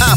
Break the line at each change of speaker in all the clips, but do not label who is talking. A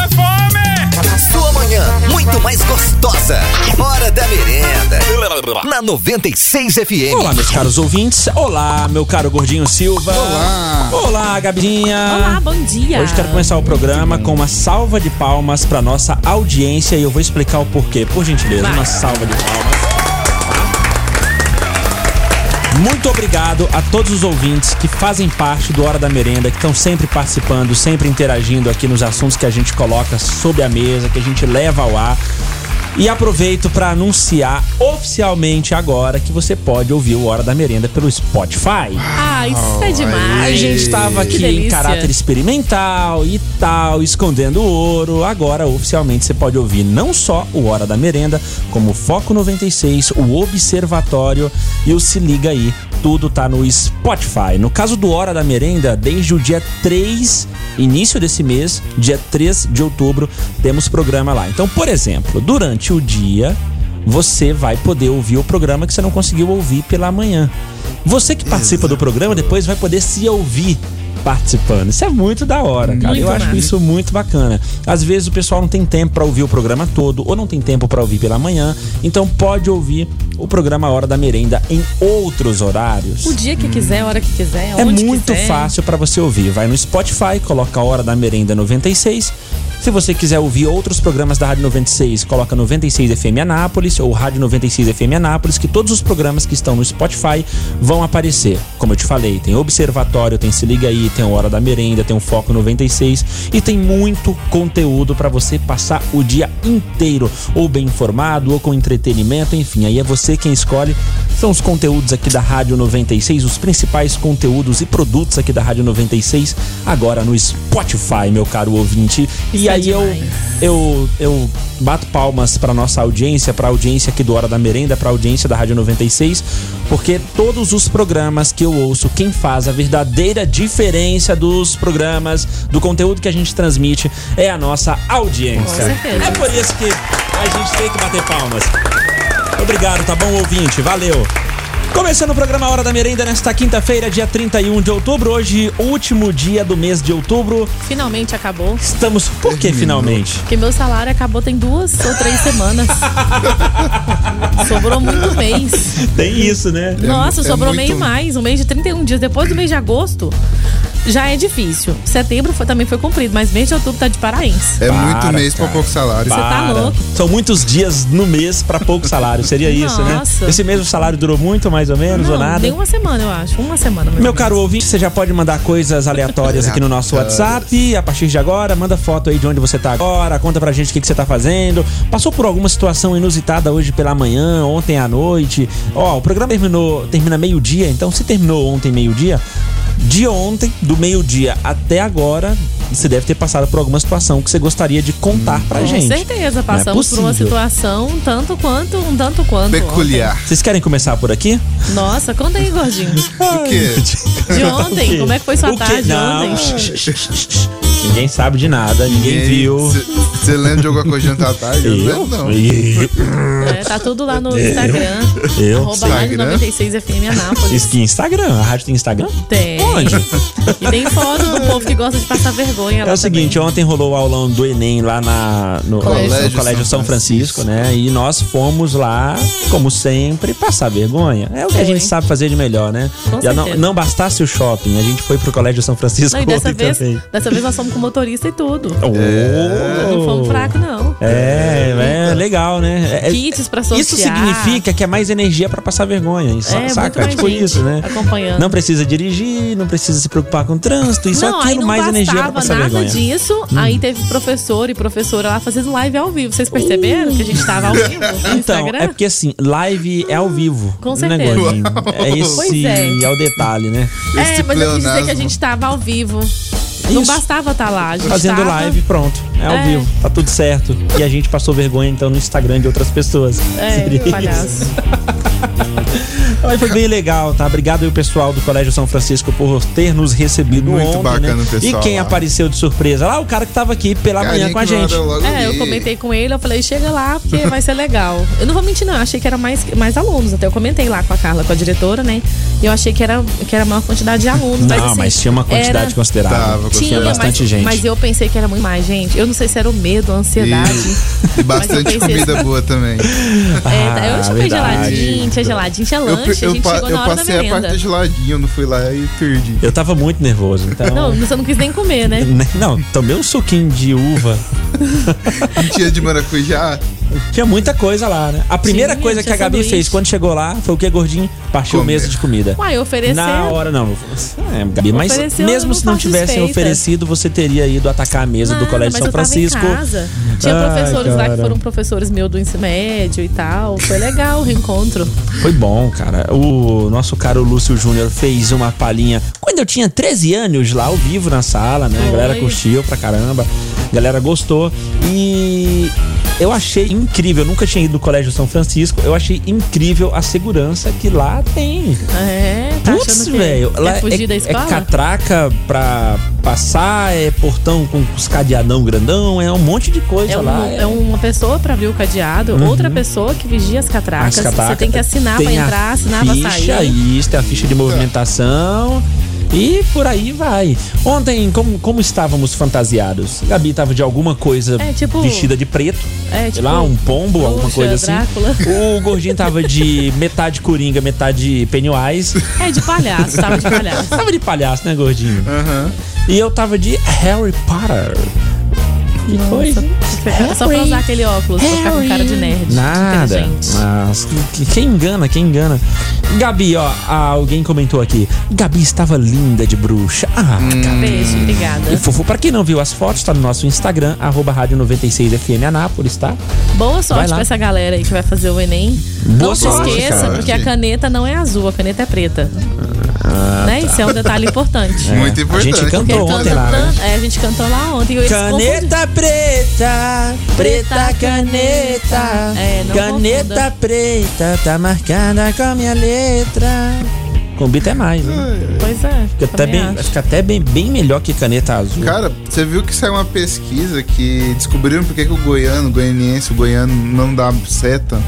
a fome!
A sua manhã, muito mais gostosa. Hora da merenda. Na 96 FM.
Olá, meus caros ouvintes. Olá, meu caro Gordinho Silva.
Olá.
Olá, Gabirinha.
Olá, bom dia.
Ah, Hoje quero começar o programa com uma salva de palmas para nossa audiência e eu vou explicar o porquê. Por gentileza, uma salva de palmas. Muito obrigado a todos os ouvintes que fazem parte do Hora da Merenda, que estão sempre participando, sempre interagindo aqui nos assuntos que a gente coloca sobre a mesa, que a gente leva ao ar. E aproveito para anunciar oficialmente agora que você pode ouvir o Hora da Merenda pelo Spotify.
Ah, isso é demais.
A gente estava
Que
aqui em
delícia.
caráter experimental e tal, escondendo o ouro. Agora, oficialmente, você pode ouvir não só o Hora da Merenda, como o Foco 96, o Observatório e o Se Liga Aí. Tudo tá no Spotify. No caso do Hora da Merenda, desde o dia 3, início desse mês, dia 3 de outubro, temos programa lá. Então, por exemplo, durante o dia, você vai poder ouvir o programa que você não conseguiu ouvir pela manhã. Você que participa do programa depois vai poder se ouvir participando. Isso é muito da hora, cara.
Muito
Eu acho
massa.
isso muito bacana. Às vezes o pessoal não tem tempo pra ouvir o programa todo ou não tem tempo pra ouvir pela manhã, então pode ouvir o programa Hora da Merenda em outros horários.
O dia que quiser, a hora que quiser,
É
onde
muito
quiser.
fácil pra você ouvir. Vai no Spotify, coloca a Hora da Merenda 96. Se você quiser ouvir outros programas da Rádio 96, coloca 96 FM Anápolis ou Rádio 96 FM Anápolis, que todos os programas que estão no Spotify vão aparecer. Como eu te falei, tem Observatório, tem Se Liga Aí, tem o Hora da Merenda, tem o Foco 96 e tem muito conteúdo pra você passar o dia inteiro, ou bem informado, ou com entretenimento, enfim, aí é você quem escolhe. São os conteúdos aqui da Rádio 96, os principais conteúdos e produtos aqui da Rádio 96, agora no Spotify, meu caro ouvinte. e
Isso é
aí eu,
demais.
eu eu bato palmas para nossa audiência, para audiência aqui do Hora da Merenda, para audiência da Rádio 96, porque todos os programas que eu ouço, quem faz a verdadeira diferença dos programas, do conteúdo que a gente transmite, é a nossa audiência.
Com certeza.
É por isso que a gente tem que bater palmas. Obrigado, tá bom, ouvinte? Valeu. Começando o programa Hora da Merenda nesta quinta-feira, dia 31 de outubro. Hoje, último dia do mês de outubro.
Finalmente acabou.
Estamos. Por que finalmente?
Porque meu salário acabou tem duas ou três semanas. sobrou muito mês.
Tem isso, né?
Nossa,
é
sobrou
muito-
meio mais. Um mês de 31 dias. Depois do mês de agosto, já é difícil. Setembro foi- também foi cumprido, mas mês de outubro tá de parabéns.
É muito
Para,
mês pra
cara.
pouco salário.
tá
Para.
louco.
São muitos dias no mês pra pouco salário. Seria isso, né?
Nossa. um
Esse mesmo salário durou muito, mais ou menos, ou nada.
nem uma semana, eu acho. Uma semana. mais
Meu
ou
caro ouvinte, você já pode mandar coisas aleatórias aqui no nosso WhatsApp. A partir de agora, manda foto aí de onde você tá agora, conta pra gente o que, que você tá fazendo. Passou por alguma situação inusitada hoje pela manhã, ontem à noite? Ó, o programa terminou, termina meio-dia, então se terminou ontem meio-dia, de ontem, do meio-dia até agora, você deve ter passado por alguma situação que você gostaria de contar pra
Com
gente.
certeza,
Não é
passamos por uma
possível.
situação tanto quanto, um tanto quanto.
tá Peculiar.
Vocês querem começar por aqui?
ontem. Nossa, conta aí, gordinho.
O quê?
De ontem, como é que foi sua
O quê?
tarde
Não.
ontem?
Ninguém sabe de nada, ninguém viu.
Você lembra de alguma coisa de ontem à tarde? Eu
Eu?
não lembro, não.
Eu?
É, tá tudo lá no Instagram.
Eu?
Arroba rádio
Instagram?
96 FM Anápolis.
Isso que é Instagram, a rádio tem Instagram?
Tem.
Onde?
E tem foto do povo que gosta de passar vergonha
É
lá
o seguinte, ontem rolou o aulão do Enem lá na, no,
Colégio
no Colégio São
São Francisco.
Francisco, né? E nós fomos lá, como sempre, passar vergonha. É o que a
Foi.
gente sabe fazer de melhor, né?
Com
Já não,
certeza.
não bastasse o shopping, a gente foi pro Colégio São Francisco
Não, e dessa
ontem
vez,
também.
dessa vez nós fomos com motorista e tudo.
É.
Oh!
Não fomos fracos, não.
É, é legal, né? É- é-
Kits pra
Isso
sortear.
significa que é mais energia pra passar vergonha. Isso,
É,
saca?
muito mais
tipo
gente
isso, né?
acompanhando.
Não precisa dirigir, não precisa se preocupar com o trânsito. Isso é
não, aí
aquilo
não
mais
bastava
energia pra passar
nada
vergonha. Hum.
disso. Aí teve professor e professora lá fazendo live ao vivo. Vocês perceberam que a gente tava ao vivo no
Então,
Instagram?
é porque assim, live é ao vivo.
Com
né,
certeza.
Gordinho? É esse
Pois é.
é. o detalhe, né?
É,
Esse
mas eu quis dizer que a
pleonasmo.
gente tava ao vivo. Não
Isso.
bastava estar lá. A gente
Fazendo
tava
live, pronto. é ao
É.
vivo, tá tudo certo. E a gente passou vergonha então no Instagram de outras pessoas. Seria
É,
isso.
palhaço.
Mas foi bem legal, tá? Obrigado aí o pessoal do Colégio São Francisco por ter nos recebido
Muito
ontem,
bacana
né?
o pessoal
E quem
lá.
apareceu de surpresa? Lá o cara que tava aqui pela manhã com a gente.
É, eu comentei com ele, eu falei, chega lá, porque vai ser legal. Eu não vou mentir, não, eu achei que era mais, mais alunos, até eu comentei lá com a Carla, com a diretora, né? E eu achei que era, que era a maior quantidade de alunos.
Não,
assim,
mas tinha uma quantidade
era-
considerável.
Tava,
tinha,
considerável.
bastante
mas,
gente.
Mas eu pensei que era muito mais gente. Eu não sei se era o medo, a ansiedade.
E, e bastante
Mas eu pensei- assim,
comida boa também.
É, tá, eu
Ah,
chamei
verdade.
geladinho, tinha geladinho, tinha
Eu,
lanche, a
eu
gente
pa-
chegou
eu
na hora da
passei a parte
merenda.
do geladinho, não fui lá e perdi.
Eu tava muito nervoso, então.
Não, você não quis nem comer, né?
Né? Não, tomei um suquinho de uva.
Tinha de maracujá,
É. Tinha muita coisa lá, né? A primeira
Tinha,
coisa que
tinha
a Gabi
sanduíche.
fez quando chegou lá foi o que, gordinho? Partiu
Comer.
mesa de comida.
Uai, oferecer.
Na hora, não. É, Gabi, mas
Ofereceu, eu
mesmo
não
se não
tava
tivessem
satisfeita.
oferecido, você teria ido atacar a mesa do
Nada,
Colégio
Ah, mas
São
eu tava em
Francisco.
casa. Tinha
Ai,
professores lá
cara.
que foram professores meus do ensino médio e tal. Foi legal o reencontro.
Foi bom, cara. O nosso caro Lúcio Júnior fez uma palhinha quando eu tinha 13 anos lá ao vivo na sala, né? A galera
Foi.
curtiu pra caramba. A galera gostou. E eu achei incrível. Eu nunca tinha ido no Colégio São Francisco. Eu achei incrível a segurança que lá tem.
É, tá
Putz,
achando que
velho.
é
Lá
fugir da
é
escola?
catraca pra passar, é portão com os cadeadão grandão, é um monte de coisa
É, um-
lá. Uhum.
é uma pessoa pra abrir o cadeado, outra pessoa que vigia as catracas.
As catracas.
Você tem que assinar
Tem
pra
a
entrar, assinar pra
ficha,
sair.
Isso, tem a ficha de movimentação. E por aí vai. Ontem, como, como estávamos fantasiados? Gabi estava de alguma coisa
É, tipo-
vestida de preto.
É,
sei
tipo,
lá, um pombo,
bruxa,
alguma coisa assim.
Drácula.
O gordinho tava de metade coringa, metade Pennywise.
É de palhaço, tava de palhaço.
Tava de palhaço, né, gordinho? E eu tava de Harry Potter. Que coisa. É, hein?
Só pra usar aquele óculos, pra ficar com cara de nerd.
Nada.
inteligente.
Mas que- quem engana, quem engana. Gabi, ó, alguém comentou aqui. Gabi estava linda de bruxa. Ah,
Hum.
Gabi.
Beijo, obrigada.
E fofo, pra quem não viu as fotos, tá no nosso Instagram, arroba rádio 96FM Anápolis, tá?
Boa
Vai
sorte
lá.
pra essa galera aí que vai fazer o Enem.
Boa
não
sorte,
se esqueça,
cara.
porque a caneta não é azul, a caneta é preta. né? Isso é um detalhe importante.
muito
a gente
importante.
cantou
Porque
ontem
canta
lá, né?
tanto- é, a gente cantou lá ontem. e eles confundem.
Caneta preta, preta caneta,
É, não
caneta
confunda.
preta, tá marcada com a minha letra. Combina até mais, né?
Pois é.
Fica até,
também
bem,
acho.
fica até bem, bem melhor que caneta azul.
Cara, você viu que saiu uma pesquisa que descobriram por que que o goiano, o goianiense, o goiano não dá seta?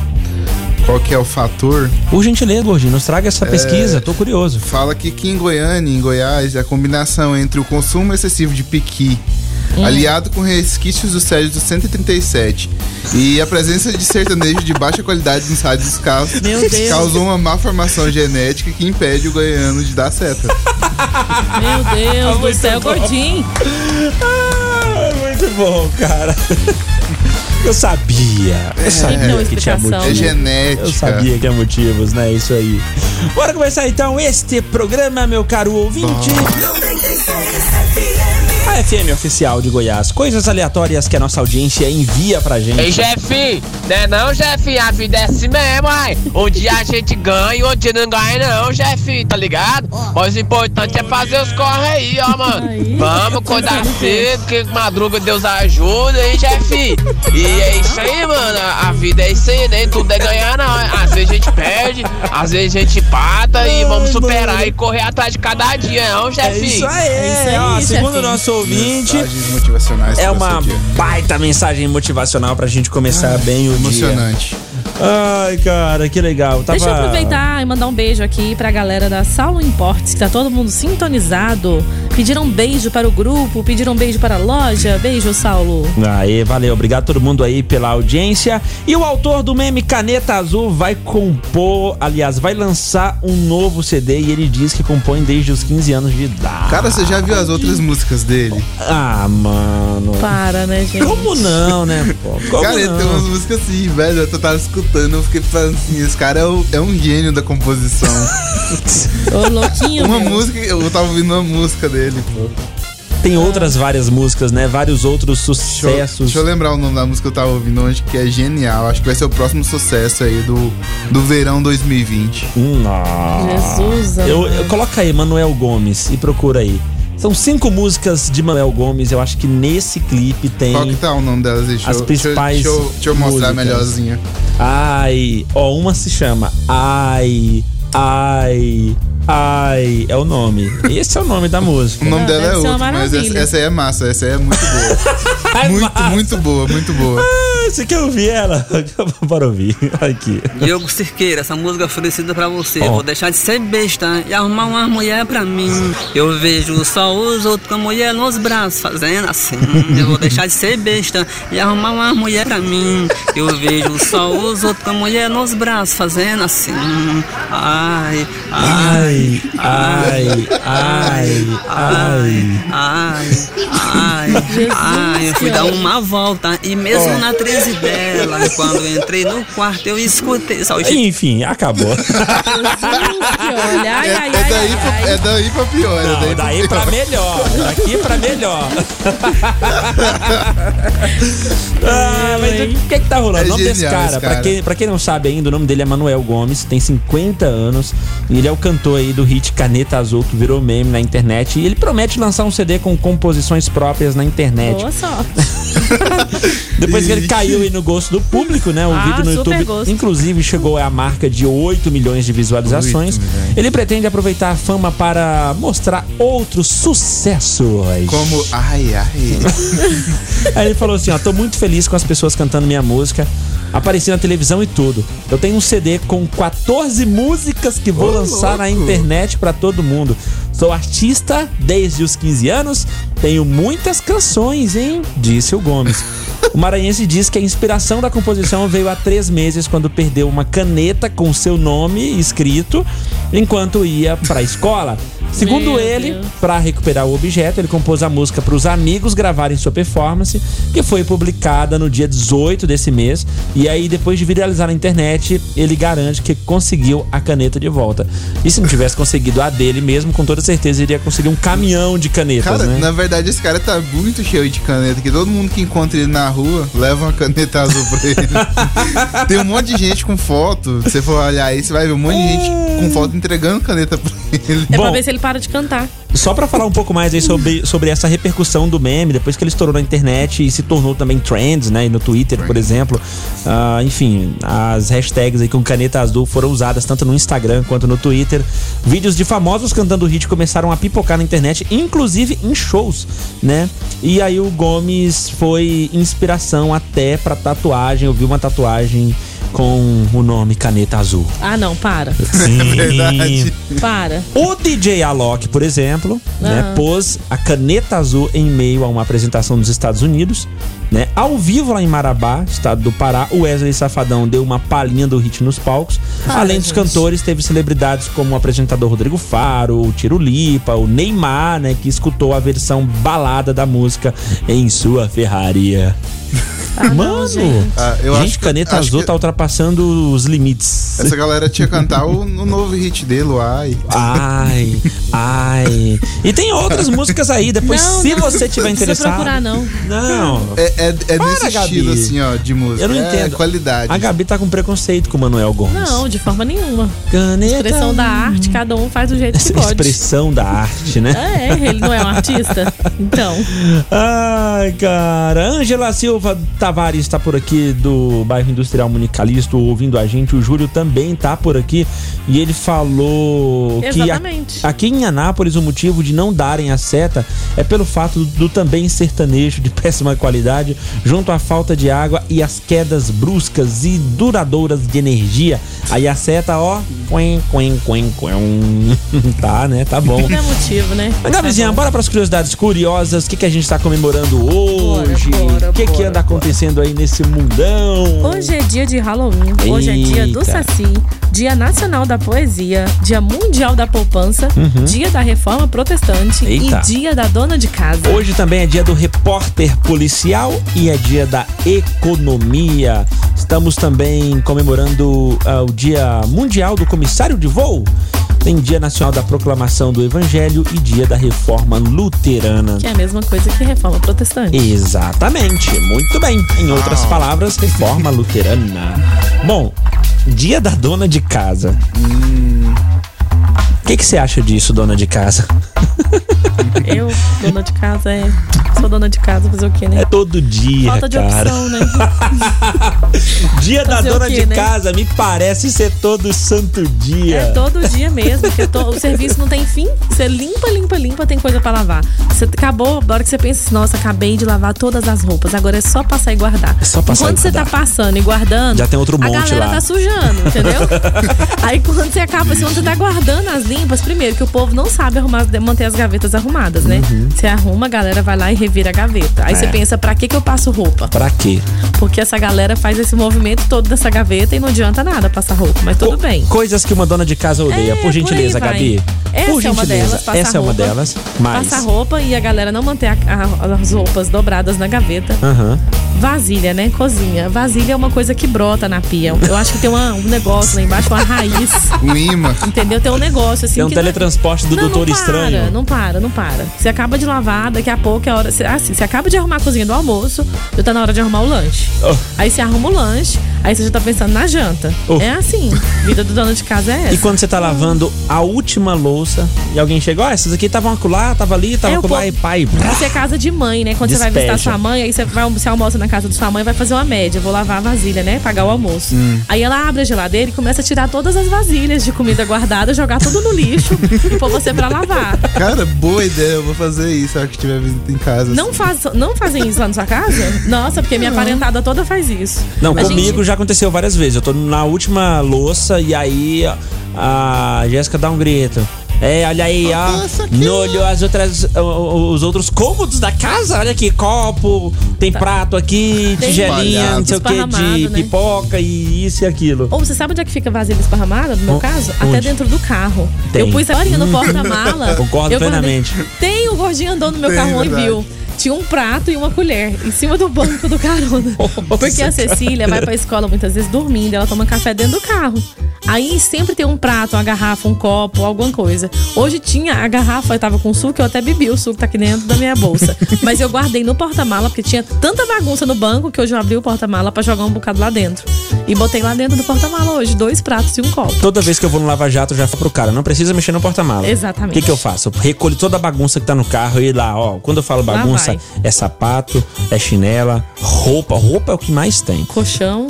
Qual que é o fator?
Por gentileza, Gordinho, nos traga essa pesquisa, tô curioso.
Fala que aqui em Goiânia, em Goiás, a combinação entre o consumo excessivo de piqui,
Hum.
aliado com resquícios dos séries do 137 e a presença de sertanejo de baixa qualidade nos rádios dos carros,
Meu Deus.
causou uma malformação genética que impede o goiano de dar seta.
Meu
Tá
Deus do céu, gordinho.
Ah, muito bom, cara. Eu sabia, eu sabia
Então,
que tinha
explicação,
motivos.
É
Eu
genética.
sabia que tinha motivos, né? Isso aí. Bora começar então este programa, meu caro ouvinte. A FM oficial de Goiás, coisas aleatórias que a nossa audiência envia pra
Ei,
gente.
Jeff, né não, Jeff? A vida é assim mesmo, ai. Um dia a gente ganha, um dia não ganha, não, Jeff, tá ligado? Mas o importante é fazer os corre aí, ó, mano.
Aí.
Vamos acordar cedo, que madruga Deus ajuda, hein, Jeff? E é isso aí, mano. A vida é isso aí, nem tudo é ganhar, não. Às vezes a gente perde, às vezes a gente pata e vamos
Ai,
superar
mano.
e correr atrás de cada dia, não, Jeff?
É isso aí,
É isso aí,
ó,
chefinho.
segundo o nosso ouvinte.
Mensagens motivacionais
É
pra
uma
você aqui. Ah,
baita mensagem motivacional pra gente começar bem o dia.
emocionante.
Ai, cara, que legal. Tava...
Deixa eu aproveitar e mandar um beijo aqui pra galera da Saulo Importes, que tá todo mundo sintonizado. Pediram um beijo para o grupo, pediram um beijo para a loja. Beijo, Saulo.
Aê, valeu. Obrigado a todo mundo aí pela audiência. E o autor do meme Caneta Azul vai compor, aliás, vai lançar um novo CD e ele diz que compõe desde os 15 anos de idade.
Cara, você já viu as outras músicas dele?
Ah, mano.
Para, né, gente?
Como não, né? pô? Como
cara, ele tem umas
não?
músicas assim, velho. Eu tava escutando, eu fiquei falando assim, esse cara é, o- é um gênio da composição.
Ô, louquinho.
uma
meu.
música, eu tava ouvindo uma música dele, pô.
Tem outras várias músicas, né? Vários outros
Deixa eu,
sucessos.
deixa eu lembrar o nome da música que eu tava ouvindo hoje, que é genial. Acho que vai ser o próximo sucesso aí do, do verão 2020.
Hum, ah.
Jesus,
eu,
amado.
eu Coloca aí, Manuel Gomes, e procura aí. São cinco músicas de Manuel Gomes. Eu acho que nesse clipe tem.
Qual que tá o nome delas? Deixa,
As
eu-
principais
deixa, eu- deixa eu- deixa eu mostrar
músicas.
melhorzinha.
Ai. Ó, uma se chama Ai. Ai. Ai. É o nome. Esse é o nome da música.
O nome
Ah,
dela
deve
é
ser uma
outro, mas essa,
maravilha.
essa aí é massa, essa aí é muito boa.
Ai,
muito, muito boa, muito boa.
Ah, Você quer ouvir ela? Bora ouvir. Aqui.
Diogo Cirqueira, essa música é oferecida pra você.
Ó.
Vou deixar de ser besta e arrumar uma mulher pra mim. Eu vejo só os outros com a mulher nos braços fazendo assim. Eu vou deixar de ser besta e arrumar uma mulher pra mim. Eu vejo só os outros com a mulher nos braços fazendo assim. Ai, ai,
Ai, ai, ai, ai.
ai, ai, ai. Eu fui dar uma volta e mesmo na 13 dela, quando eu entrei no quarto, eu escutei só o
Enfim, acabou.
Que olha, ai,
É,
ai,
é
ai,
daí
ai,
pra,
ai.
é daí pra pior. é
Não,
daí pra
daí
pior.
pra melhor. Daqui pra melhor. ah, mas o que que tá rolando?
É
o nome desse
genial
cara,
esse
Pra,
cara.
quem, pra quem não sabe ainda, o nome dele é Manuel Gomes, tem 50 anos. E ele é o cantor aí do hit Caneta Azul, que virou meme na internet. E ele promete lançar um CD com composições próprias na internet.
Boa sorte.
Depois que ele caiu aí no gosto do público, né? O
Ah,
vídeo no
super
YouTube,
gosto.
inclusive, chegou à marca de 8 milhões de visualizações.
8 milhões.
Ele pretende aproveitar a fama para mostrar outros sucessos.
Como. Ai, ai.
Aí ele falou assim: ó, tô muito feliz com as pessoas cantando minha música. Apareci na televisão e tudo. Eu tenho um CD com 14 músicas que vou
Ô,
lançar na
louco.
internet pra todo mundo. Sou artista desde os 15 anos, tenho muitas canções, hein? Disse o Gomes. O maranhense diz que a inspiração da composição veio há três meses quando perdeu uma caneta com seu nome escrito enquanto ia pra escola. Segundo
Meu
ele,
Deus.
para recuperar o objeto, ele compôs a música para os amigos gravarem sua performance, que foi publicada no dia 18 desse mês. E aí, depois de viralizar na internet, ele garante que conseguiu a caneta de volta. E se não tivesse conseguido a dele mesmo, com toda certeza iria conseguir um caminhão de canetas,
Cara,
né?
na verdade esse cara tá muito cheio de caneta. Que todo mundo que encontra ele na rua leva uma caneta azul pra ele. Tem um monte de gente com foto. Você for olhar aí, você vai ver um monte de gente
Hum.
com foto entregando caneta pra ele.
É
Bom.
pra ver se ele para de cantar.
Só pra falar um pouco mais aí sobre, sobre essa repercussão do meme, depois que ele estourou na internet e se tornou também trends, né? E no Twitter, por exemplo. Ah, enfim, as hashtags aí com caneta azul foram usadas tanto no Instagram quanto no Twitter. Vídeos de famosos cantando o hit começaram a pipocar na internet, inclusive em shows, né? E aí o Gomes foi inspiração até pra tatuagem. Eu vi uma tatuagem com o nome Caneta Azul.
Ah, não, para.
É Sim.
Verdade.
Para.
O DJ Alok, por exemplo, né, pôs a caneta azul em meio a uma apresentação dos Estados Unidos. Né? Ao vivo lá em Marabá, estado do Pará, o Wesley Safadão deu uma palhinha do hit nos palcos. Além dos cantores, teve celebridades como o apresentador Rodrigo Faro, o Tiro Lipa, o Neymar, né, que escutou a versão balada da música em sua Ferraria. Mano, gente,
Ah, eu acho que-
caneta
acho
azul
que-
tá ultrapassando os limites.
Essa galera tinha que cantar o, o novo hit dele, o Ai.
Ai, ai. E tem outras músicas aí, depois,
Não,
se
não.
você tiver
Não precisa
interessado.
procurar, não.
Não.
É, é, é
Para,
nesse
Gabi.
estilo, assim, ó, de música.
Eu não
É
entendo.
qualidade.
A Gabi tá com preconceito com o Manuel Gomes.
Não, de forma nenhuma.
Caneta.
Expressão da arte, cada um faz do jeito que pode.
Expressão da arte, né?
É, ele não é um artista? Então.
Ai, cara. Ângela Silva Tavares está por aqui do bairro Industrial Municalisto ouvindo a gente. O Júlio também tá por aqui e ele falou
Exatamente.
que a- aqui em Anápolis o motivo de não darem a seta é pelo fato do, do também sertanejo de péssima qualidade, junto à falta de água e as quedas bruscas e duradouras de energia. Aí a seta, ó, quen, quen, quen, quen. tá, né? Tá bom.
Não é motivo, né?
Mas, Gabizinha, bora para as curiosidades curiosas. O que, que a gente está comemorando hoje?
bora,
O que, que
bora,
anda acontecendo aí nesse mundão?
Hoje é dia de Halloween, hoje é dia do
Eita.
Saci, dia nacional da poesia, dia mundial da poupança, dia da reforma protestante
Uhum. Eita.
e dia da dona de casa.
Hoje também é dia do repórter policial e é dia da economia. Estamos também comemorando ah, o Dia Mundial do Comissário de Voo. Tem Dia Nacional da Proclamação do Evangelho e Dia da Reforma Luterana.
Que é a mesma coisa que reforma protestante.
Exatamente, muito bem. Em outras palavras, reforma luterana. Bom, dia da dona de casa. O que que você acha disso, dona de casa?
Eu, dona de casa, é. Sou dona de casa, fazer o quê, né?
É todo dia,
Falta de
cara.
opção, né?
Dia da
Fazer o
dona
quê,
de
né?
casa me parece ser todo santo dia.
É todo dia mesmo, que eu tô- o serviço não tem fim. Você limpa, limpa, limpa, tem coisa pra lavar. Você acabou, na hora que você pensa assim, nossa, acabei de lavar todas as roupas, agora é só passar e guardar. É
só passar
Quando
e
você tá
guardar.
passando e guardando,
Já tem outro monte
a galera
lá.
tá sujando, entendeu? Aí quando você acaba, assim, quando você tá guardando as limpas, primeiro que o povo não sabe arrumar, manter as gavetas arrumadas, né?
Uhum.
Você arruma, a galera vai lá e revira a gaveta. Aí
É.
você pensa, pra que que eu passo roupa?
Pra quê?
Porque essa galera faz esse movimento todo dessa gaveta e não adianta nada passar roupa, mas tudo
Co-
bem.
Coisas que uma dona de casa odeia.
É,
por gentileza,
por aí
Gabi.
vai.
por
Essa é uma
gentileza.
delas, passa
Essa é uma
roupa.
delas. Mas.
Passar roupa e a galera não manter a- a- as roupas dobradas na gaveta.
Aham.
Vasilha, né? Cozinha. Vasilha é uma coisa que brota na pia. Eu acho que tem uma- um negócio lá embaixo, uma raiz.
Um imã.
Entendeu? Tem um negócio assim.
Tem um
que não-
teletransporte do
não,
Doutor
não para,
Estranho.
Não para, não para. Você acaba de lavar, daqui a pouco é a hora. você- Assim, você acaba de arrumar a cozinha do almoço, já tá na hora de arrumar o lanche.
Oh.
Aí você arruma o lanche, aí você já tá pensando na janta.
Oh.
É assim. Vida do dono de casa é essa.
E quando você tá lavando a última louça e alguém chega, ó, essas aqui estavam acolá, tava ali, tava
É, o
acolá,
povo-
e pai.
Isso é casa de mãe, né? Quando você vai
Despeja.
visitar sua mãe, aí você, vai, almo- você almoça na casa de sua mãe vai fazer uma média. Vou lavar a vasilha, né? Pagar o almoço.
Hum.
Aí ela abre a geladeira e começa a tirar todas as vasilhas de comida guardada, jogar tudo no lixo e pôr você pra lavar.
Cara, boa ideia, eu vou fazer isso a hora que tiver visita em casa. assim.
Não, faz, não fazem isso lá na sua casa? Nossa, porque minha parentada toda faz isso.
Não,
A
comigo
gente-
já aconteceu várias vezes. Eu tô na última louça e aí a Jéssica dá um grito. É, olha aí, ó. Não olhou as outras, o- o- os outros cômodos da casa. Olha aqui, copo, tem prato aqui,
Tá. Tem
tigelinha, não sei o que, de
Esparramado, né?
pipoca e isso e aquilo.
Ou você sabe onde é que fica a vasilha esparramada, no meu
O-
caso?
Hum, onde?
Até dentro do carro.
Tem.
Eu pus a horinha no porta-mala.
Concordo
eu guardei-
plenamente.
Tem, o gordinho andou no meu
Tem, é
carro e
verdade.
viu. Tinha um prato e uma colher em cima do banco do carona. Porque assim, a Cecília vai pra escola muitas vezes dormindo, ela toma café dentro do carro. Aí sempre tem um prato, uma garrafa, um copo, alguma coisa. Hoje tinha a garrafa, eu tava com suco, eu até bebi o suco, tá aqui dentro da minha bolsa. Mas eu guardei no porta-mala, porque tinha tanta bagunça no banco que hoje eu abri o porta-mala pra jogar um bocado lá dentro. E botei lá dentro do porta-mala hoje, dois pratos e um copo.
Toda vez que eu vou no Lava Jato, eu já falo pro cara, não precisa mexer no porta-mala.
Exatamente.
O que, que eu faço? Eu recolho toda a bagunça que tá no carro e lá, ó. Quando eu falo
Lá
bagunça,
vai.
é sapato, é chinela, roupa. Roupa é o que mais tem.
Colchão.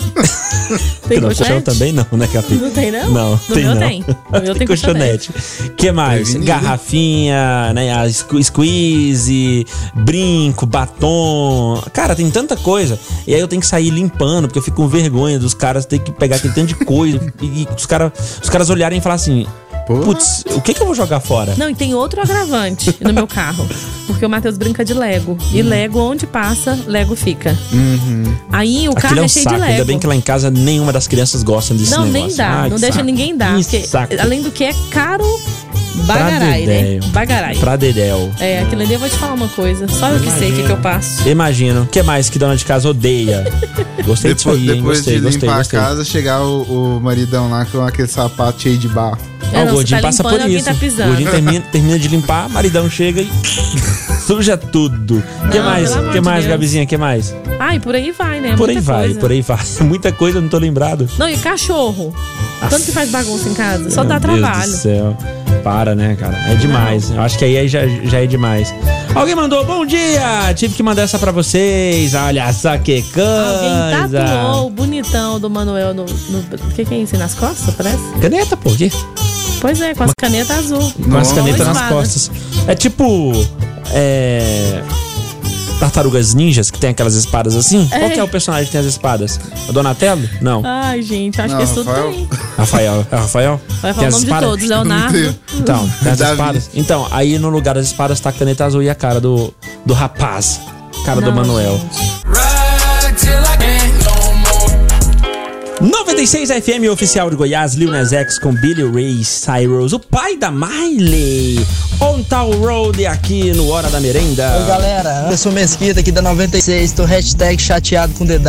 Tem
não, colchão
colchonete?
também não, né, Capi?
Não tem, não?
Não,
No
tem
meu
não.
tem. No meu tem
colchonete. que mais?
Prevenido.
Garrafinha, né, a squ- squeeze, brinco, batom. Cara, tem tanta coisa. E aí eu tenho que sair limpando, porque eu fico com vergonha dos caras ter que pegar aquele tanto de coisa e e os, cara, os caras olharem e falar assim...
Pô.
Putz, o que, que eu vou jogar fora?
Não, e tem outro agravante no meu carro. Porque o Matheus brinca de Lego. E
Hum.
Lego, onde passa, Lego fica. Aí o carro
Aquilo é um
cheio
saco.
de Lego.
Ainda bem que lá em casa nenhuma das crianças gosta desse
não,
negócio.
nem dá.
Ai,
não
que
deixa
saco.
ninguém dar.
Que
Porque,
saco.
além do que, é caro
Pra
bagarai, né?
dedéu.
Bagarai.
Pra dedéu.
É, aquilo ali eu vou te falar uma coisa. Só eu que sei o que, que eu passo.
Imagino. O que é mais que dona de casa odeia? Gostei disso
Depois,
aí, hein?
depois
Gostei,
de
gostei,
limpar
gostei.
a casa, chegar o, o maridão lá com aquele sapato cheio de barro.
É,
o
não,
Gordinho
você tá
passa
limpando,
por
alguém
isso.
tá pisando.
O Gordinho termina, termina de limpar, maridão chega e suja tudo. O que
Não,
mais?
pelo amor
que
de
mais,
Deus.
Gabizinha? que mais?
Ai, por aí vai, né?
por aí
Muita
vai,
coisa.
por aí vai. Muita coisa, eu não tô lembrado.
Não, e cachorro. Tanto que faz bagunça em casa. Só dá
Meu Deus
trabalho.
do céu. Para, né, cara? É demais. Eu acho que aí aí já, já é demais. Alguém mandou bom dia! Tive que mandar essa pra vocês. Olha só que
Alguém
coisa.
tatuou o bonitão do Manuel no. no- O que, que é isso? Nas costas, parece?
Caneta, pô. que-
Pois é, com as canetas azul.
Com as
Nossa.
canetas
Uma
nas
espada.
costas. É tipo. É. Tartarugas ninjas que tem aquelas espadas assim? Qual que é o personagem que tem as espadas? O Donatello? Não.
Ai, gente, acho
Não,
que isso tudo
Rafael.
tem.
Rafael. É o Rafael? Tem
Vai falar o
as
nome de
espadas?
todos, né? Leonardo.
Não tem.
Então, tem as
Davi.
espadas. Então, aí no lugar das espadas tá a caneta azul e a cara do, do rapaz. Cara do
Não,
Manuel. 96 FM oficial de Goiás, Lil Nas X com Billy Ray Cyrus, o pai da Miley. On Town Road aqui no Hora da Merenda.
Oi, galera, Anderson Mesquita aqui da 96, tô hashtag chateado com DW,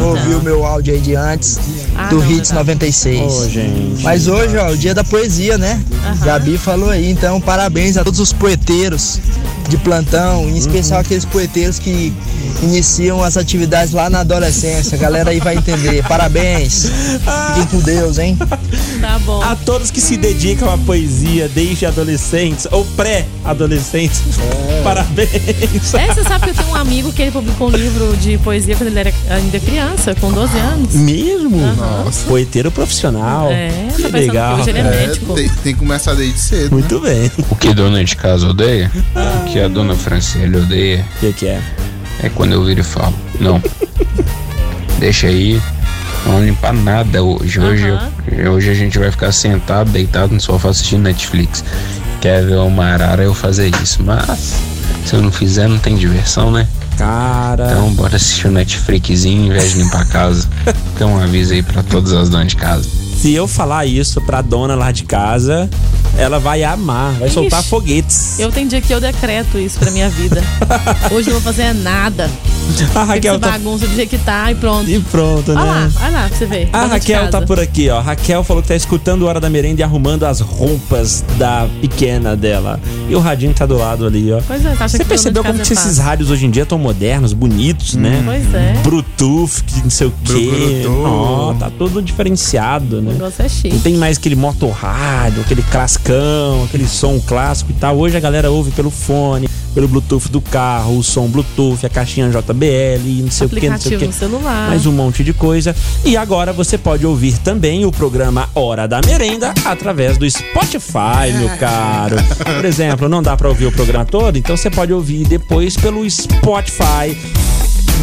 não ouviu meu áudio aí de antes,
Ah,
do
não,
Hits
DW.
96.
Ô, gente.
Mas hoje, ó, o dia da poesia, né?
Aham.
Gabi falou aí, então parabéns a todos os poeteiros de plantão, em especial
Uhum.
aqueles poeteiros que iniciam as atividades lá na adolescência. A galera aí vai entender. Parabéns. Fiquem com Deus, hein?
Tá bom.
A todos que se dedicam à poesia desde adolescentes ou pré-adolescentes, parabéns.
É, você sabe que eu tenho um amigo que ele publicou um livro de poesia quando ele era ainda criança, com 12 anos.
Mesmo?
Nossa.
Poeteiro profissional.
É, tá
que
pensando
legal.
que hoje ele é
cara.
É,
médico.
tem, tem que começar desde cedo.
Muito bem.
O que dona de casa odeia, o que a dona Franciele odeia,
O que, que é?
é quando eu viro e falo, não, deixa aí, não vamos limpar nada hoje. Hoje, eu- hoje a gente vai ficar sentado, deitado no sofá assistindo Netflix. Quer ver uma arara eu fazer isso, mas se eu não fizer não tem diversão, né?
Cara.
Então bora assistir o Netflixzinho em vez de limpar a casa. Então um aviso aí pra todas as donas de casa.
Se eu falar isso pra dona lá de casa, ela vai amar, vai soltar
Ixi.
foguetes.
Eu tem dia que eu decreto isso pra minha vida. Hoje eu não vou fazer nada.
A
Fica esse
Raquel tá.
bagunça do jeito que tá e pronto.
E pronto, né?
Olha lá, olha lá pra você ver.
A
Dona de
Raquel
casa.
tá por aqui, ó. Raquel falou que tá escutando Hora da Merenda e arrumando as roupas da pequena dela. E o radinho tá do lado ali, ó.
Pois é, tá achando
Você
que dona de
percebeu como
casa
que
é
esses
fácil.
rádios hoje em dia tão modernos, bonitos, né?
Pois é.
Bluetooth, que não sei o quê.
Bluetooth.
Ó, tá tudo diferenciado,
O
né?
negócio é
Não
chique.
tem mais aquele motorrádio, aquele classicão, aquele som clássico e tal. Hoje a galera ouve pelo fone, pelo Bluetooth do carro, o som Bluetooth, a caixinha JBL, e não sei o que, não sei o
Aplicativo
que.
no celular.
Mais um monte de coisa. E agora você pode ouvir também o programa Hora da Merenda através do Spotify, meu caro. Por exemplo, não dá pra ouvir o programa todo, então você pode ouvir depois pelo Spotify.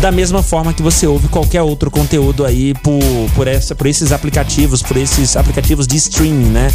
Da mesma forma que você ouve qualquer outro conteúdo aí por, por, essa, por esses aplicativos, por esses aplicativos de streaming, né?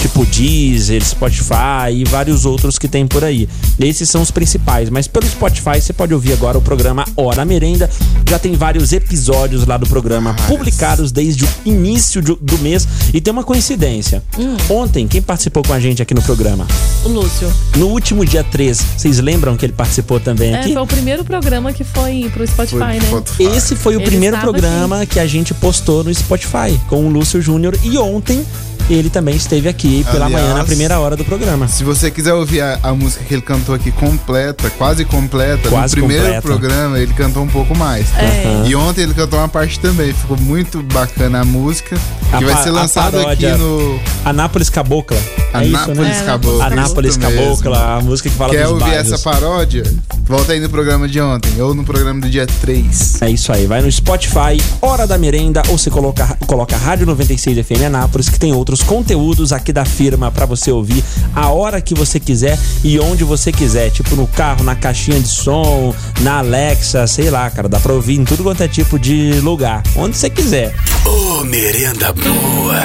Tipo Deezer, Spotify e vários outros que tem por aí. Esses são os principais, mas pelo Spotify você pode ouvir agora o programa Hora Merenda. Já tem vários episódios lá do programa publicados desde o início de- do mês. E tem uma coincidência. Ontem, quem participou com a gente aqui no programa?
O Lúcio.
No último dia 3, vocês lembram que ele participou também
É,
aqui?
foi o primeiro programa que foi pro Spotify,
Foi
né?
foto fácil.
Esse foi o
Ele
primeiro
estava
programa que a gente postou no Spotify com o Lúcio Júnior e ontem ele também esteve aqui pela
Aliás,
manhã na primeira hora do programa.
Se você quiser ouvir a, a música que ele cantou aqui completa, quase completa,
Quase
no primeiro
completa.
programa ele cantou um pouco mais.
É.
E ontem ele cantou uma parte também, ficou muito bacana a música,
A
que vai
pa-
ser
a
lançada aqui
paródia.
no
Anápolis Cabocla. É isso,
Anápolis
né?
Cabocla.
Anápolis
isso mesmo.
Cabocla, a música que fala
Quer
dos
ouvir
bairros.
essa paródia? Volta aí no programa de ontem, ou no programa do dia 3.
É isso aí, vai no Spotify, Hora da Merenda, ou você coloca, coloca Rádio 96 FM Anápolis, que tem outros conteúdos aqui da firma pra você ouvir a hora que você quiser e onde você quiser. Tipo no carro, na caixinha de som, na Alexa, sei lá, cara. Dá pra ouvir em tudo quanto é tipo de lugar, onde você quiser.
Ô, merenda boa.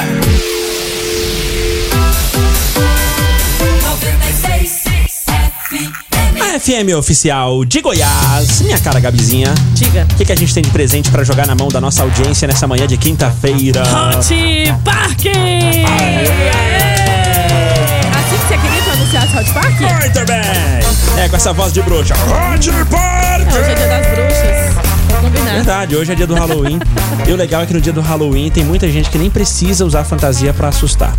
A FM Oficial de Goiás, minha cara Gabizinha.
Diga.
O que, que a gente tem de presente pra jogar na mão da nossa audiência nessa manhã de quinta-feira?
Hot Park! Aê! Assim que você queria pronunciar esse Hot Park?
Muito bem! É, com essa voz de bruxa. Hot
É,
Party!
hoje é dia das bruxas. Vamos combinar.
Verdade, hoje é dia do Halloween. e o legal é que no dia do Halloween tem muita gente que nem precisa usar fantasia pra assustar.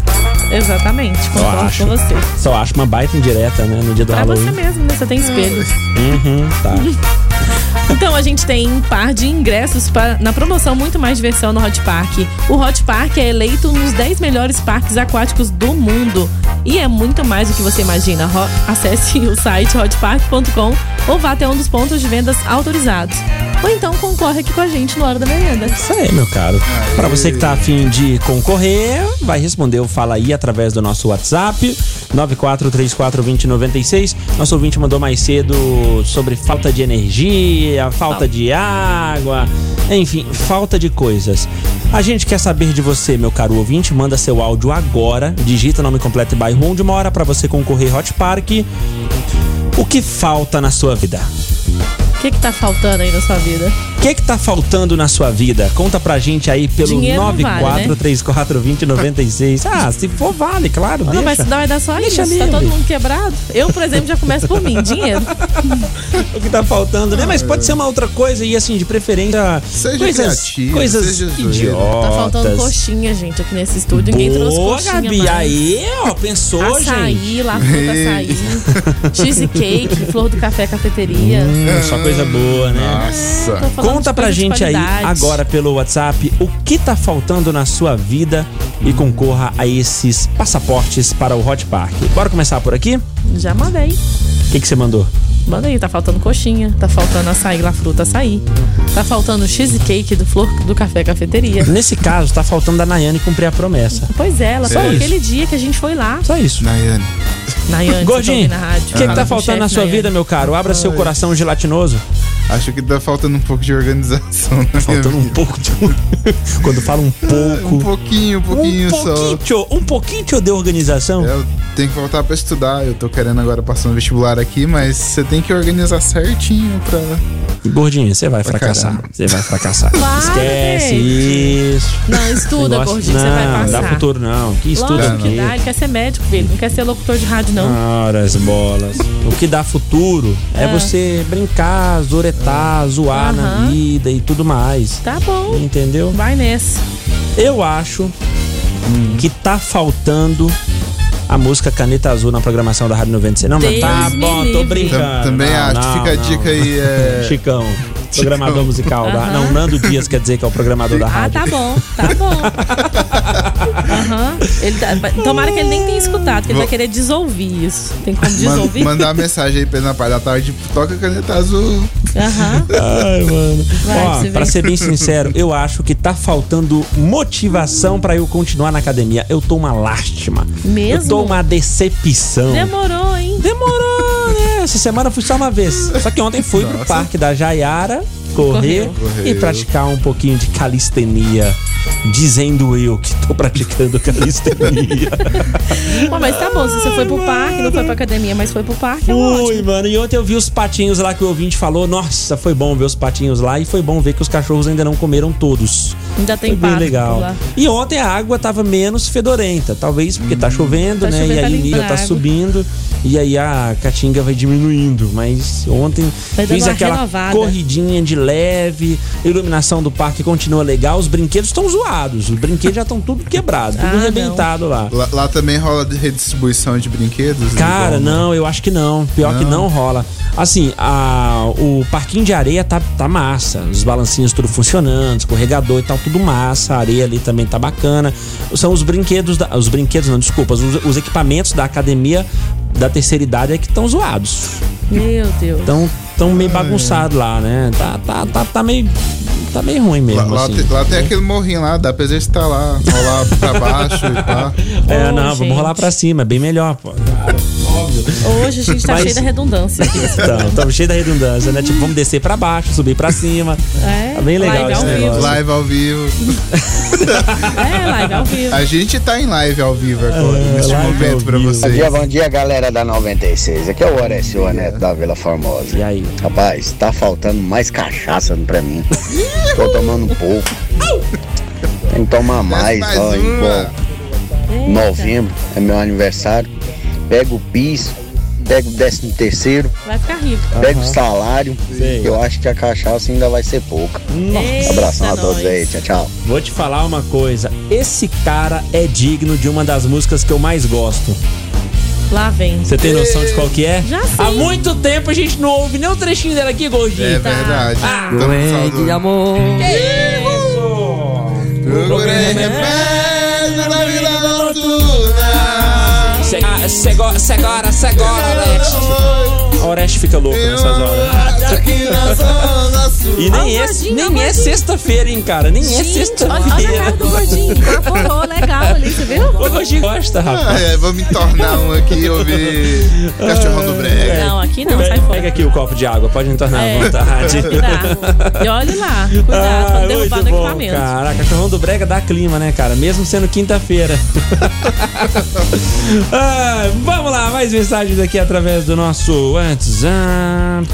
Exatamente,
Só
concordo
acho.
com você.
Só acho uma baita indireta, né? No dia do
Pra você
Halloween.
mesmo, né? Você tem espelhos.
Uhum, tá.
Então a gente tem um par de ingressos pra- na promoção Muito Mais Diversão no Hot Park. O Hot Park é eleito um dos 10 melhores parques aquáticos do mundo. E é muito mais do que você imagina. Ro- Acesse o site hotpark.com ou vá até um dos pontos de vendas autorizados. Ou então concorre aqui com a gente no Hora da Merenda.
Isso aí, meu caro. Pra você que tá afim de concorrer, vai responder o Fala Aí através do nosso WhatsApp, 94342096. Nosso ouvinte mandou mais cedo sobre falta de energia, falta de água, enfim, falta de coisas. A gente quer saber de você, meu caro ouvinte. Manda seu áudio agora, digita nome completo e bairro onde mora pra você concorrer Hot Park. O que falta na sua vida?
O que, que tá é faltando aí na sua vida?
O que que tá faltando na sua vida? Conta pra gente aí pelo
Dinheiro não vale, né?
94342096. Ah, se for vale, claro,
Não, mas
Ah, deixa.
senão vai dar só
Deixa
isso. Tá
livre.
todo mundo quebrado? Eu, por exemplo, já começo por mim. Dinheiro.
O que tá faltando, né? Mas pode ser uma outra coisa e assim, de preferência
Seja
coisas,
criativo,
coisas
seja zoeiro.
idiotas.
Tá faltando coxinha, gente, aqui nesse estúdio. Ninguém trouxe
Boa,
coxinha Tá
Gabi,
mais.
aí, ó, pensou,
açaí,
gente?
lá flor do açaí. cheesecake, flor do café, cafeteria.
Hum, só coisa boa, né?
Ah.
É, tô
Nossa.
falando
Conta
de
pra
coisa de
gente aí,
qualidade.
agora pelo WhatsApp, o que tá faltando na sua vida e concorra a esses passaportes para o Hot Park. Bora começar por aqui?
Já mandei.
O que, que você mandou?
Mandei, tá faltando coxinha, tá faltando açaí, lá fruta, açaí. Tá faltando cheesecake do flor do café, cafeteria.
Nesse caso, tá faltando a Nayane cumprir a promessa.
Pois é, ela
Só
falou
isso.
aquele dia que a gente foi lá.
Só isso.
Nayane.
Nayane,
Gordinho,
você tá ouvindo na
o
rádio.
que, que
Fala
tá
com o
faltando
chefe,
na sua
Nayane.
vida, meu caro? Abra seu coração gelatinoso.
Acho que tá faltando um pouco de organização na
Faltando um
minha vida.
pouco de. Quando fala um
Um
pouco.
pouquinho, um
Um
pouquinho só. É.
pouquinho, um pouquinho de organização.
Eu tenho que voltar pra estudar. Eu tô querendo agora passar no vestibular aqui, mas você tem que organizar certinho pra.
Gordinho, você vai fracassar.
caramba.
Você vai fracassar.
Para,
Esquece
gente.
isso.
Não, estuda,
Negócio-
gordinho,
não,
você vai
Não dá
passar.
futuro, não. Que estudo
Lógico
aqui.
que dá, ele quer ser médico, filho. Não quer ser locutor de rádio, não.
Ora, as bolas. O que dá futuro é, você brincar, zoretar, zoar na
Aham.
vida e tudo mais.
Tá bom.
Entendeu?
Vai nessa.
Eu acho que tá faltando a música Caneta Azul na programação da Rádio 96. Não, mas
Deus
tá
me
bom, tô
livre.
Tam-
brincando.
Também
Não,
acho.
não,
Fica a
não.
dica aí. É...
Chicão, programador musical da.
Aham.
Não, Nando Dias quer dizer que é o programador da
Ah,
rádio.
tá bom, tá bom. Aham. Ele tá- vai- tomara que ele nem tenha escutado, que ele vai querer desouvir isso. Tem como
man-
desouvir?
mandar mensagem aí pra ele na parte da tarde. Toca a caneta azul.
Aham.
Ai, mano.
Vai,
Ó,
você vê.
pra ser bem sincero, eu acho que tá faltando motivação pra eu continuar na academia. Eu tô uma lástima.
Mesmo? é
Eu tô uma decepção.
Demorou, hein?
Demorou, né? Essa semana eu fui só uma vez. Só que ontem fui pro parque da Jaiara correr e
Correu.
praticar um pouquinho de calistenia. Dizendo eu que tô praticando calistenia.
Pô, mas tá bom, se você foi pro parque, não foi pra academia, mas foi pro parque,
Fui,
é ótimo.
mano. E ontem eu vi os patinhos lá que o ouvinte falou. Nossa, foi bom ver os patinhos lá e foi bom ver que os cachorros ainda não comeram todos.
Ainda tem
Foi bem
pato por
legal.
lá.
E ontem a água tava menos fedorenta, talvez porque tá chovendo,
Tá
né?
chovendo,
e
tá
aí o
limpando
nível
a
tá
água.
subindo e aí a caatinga vai diminuindo. Mas ontem
Vai Tá dando
fiz
uma
aquela
renovada.
corridinha de leve, a iluminação do parque continua legal, os brinquedos estão zoados, os brinquedos já estão tudo quebrado, tudo
Ah, não.
arrebentado lá.
Lá, lá também rola de redistribuição de brinquedos.
Cara,
igual, né?
não, eu acho que não. Pior que não rola. Assim, a- o parquinho de areia tá, tá massa. Os balancinhos tudo funcionando, escorregador e tal, tudo massa. A areia ali também tá bacana. São os brinquedos, da- os brinquedos não, desculpa, os, os equipamentos da academia da terceira idade é que estão zoados.
Meu Deus.
Estão tão meio bagunçado lá, né? Tá, tá, tá, tá meio... Tá meio ruim
Lá,
mesmo,
lá
assim.
tem- lá tem aquele morrinho lá, dá pra exercitar lá, rolar pra baixo e pá.
É,
Ô,
não,
gente.
vamos rolar pra cima, é bem melhor, pô.
Hoje a gente
Então,
tá
Mas-
cheio da redundância aqui.
Então, tamo cheio da redundância, né? Tipo, vamos descer pra baixo, subir pra cima.
É,
Tá bem legal
live
esse
ao
negócio.
vivo.
Live ao vivo.
É, live ao vivo.
A gente tá em live ao vivo agora,
É,
neste
live ao
momento pra
vivo.
vocês.
é
bom dia, galera da 96. Aqui é o Oresio Neto da Vila Formosa.
E aí?
Rapaz, tá faltando mais cachaça pra mim. Tô tomando um pouco. Tem que tomar mais,
mais
ó. em
uma.
bom, Novembro é meu aniversário. Pega o PIS, pega o décimo terceiro,
Vai ficar rico.
pega o salário.
Sei.
Eu acho que a cachaça ainda vai ser pouca.
Nossa.
Abração a todos aí, tchau, tchau.
Vou te falar uma coisa. Esse cara é digno de uma das músicas que eu mais gosto.
Lá vem.
Você tem noção de qual que é?
Já sei.
Há muito tempo a gente não ouve nem um trechinho dela aqui, gordinho.
É verdade.
Ah.
Tamo com saudade.
amor.
Procurei remédio na Vila Noturna.
Cê- ah, cê go- cê agora, cê agora, Oreste. Oreste fica louco nessas horas.
Aqui na Zona Sul.
E nem é,
gordinho,
nem é
gordinho.
sexta-feira, hein, cara? Nem é
Gente, olha, olha a
sexta-feira.
cara do gordinho. Evaporou legal ali, você viu?
O gordinho gosta, rapaz.
Ah, é, vou me tornar um aqui e ouvir Cachorrão do Brega.
Não, aqui não, sai
Pega-
fora.
Pega aqui o copo de água, pode entornar à
É.
vontade.
Tá. E olha lá, cuidado pra
Ah,
não derrubar
muito
no
bom,
equipamento.
Caraca, cachorrão do Brega dá clima, né, cara? Mesmo sendo quinta-feira. Ah, vamos lá, mais mensagens aqui através do nosso WhatsApp.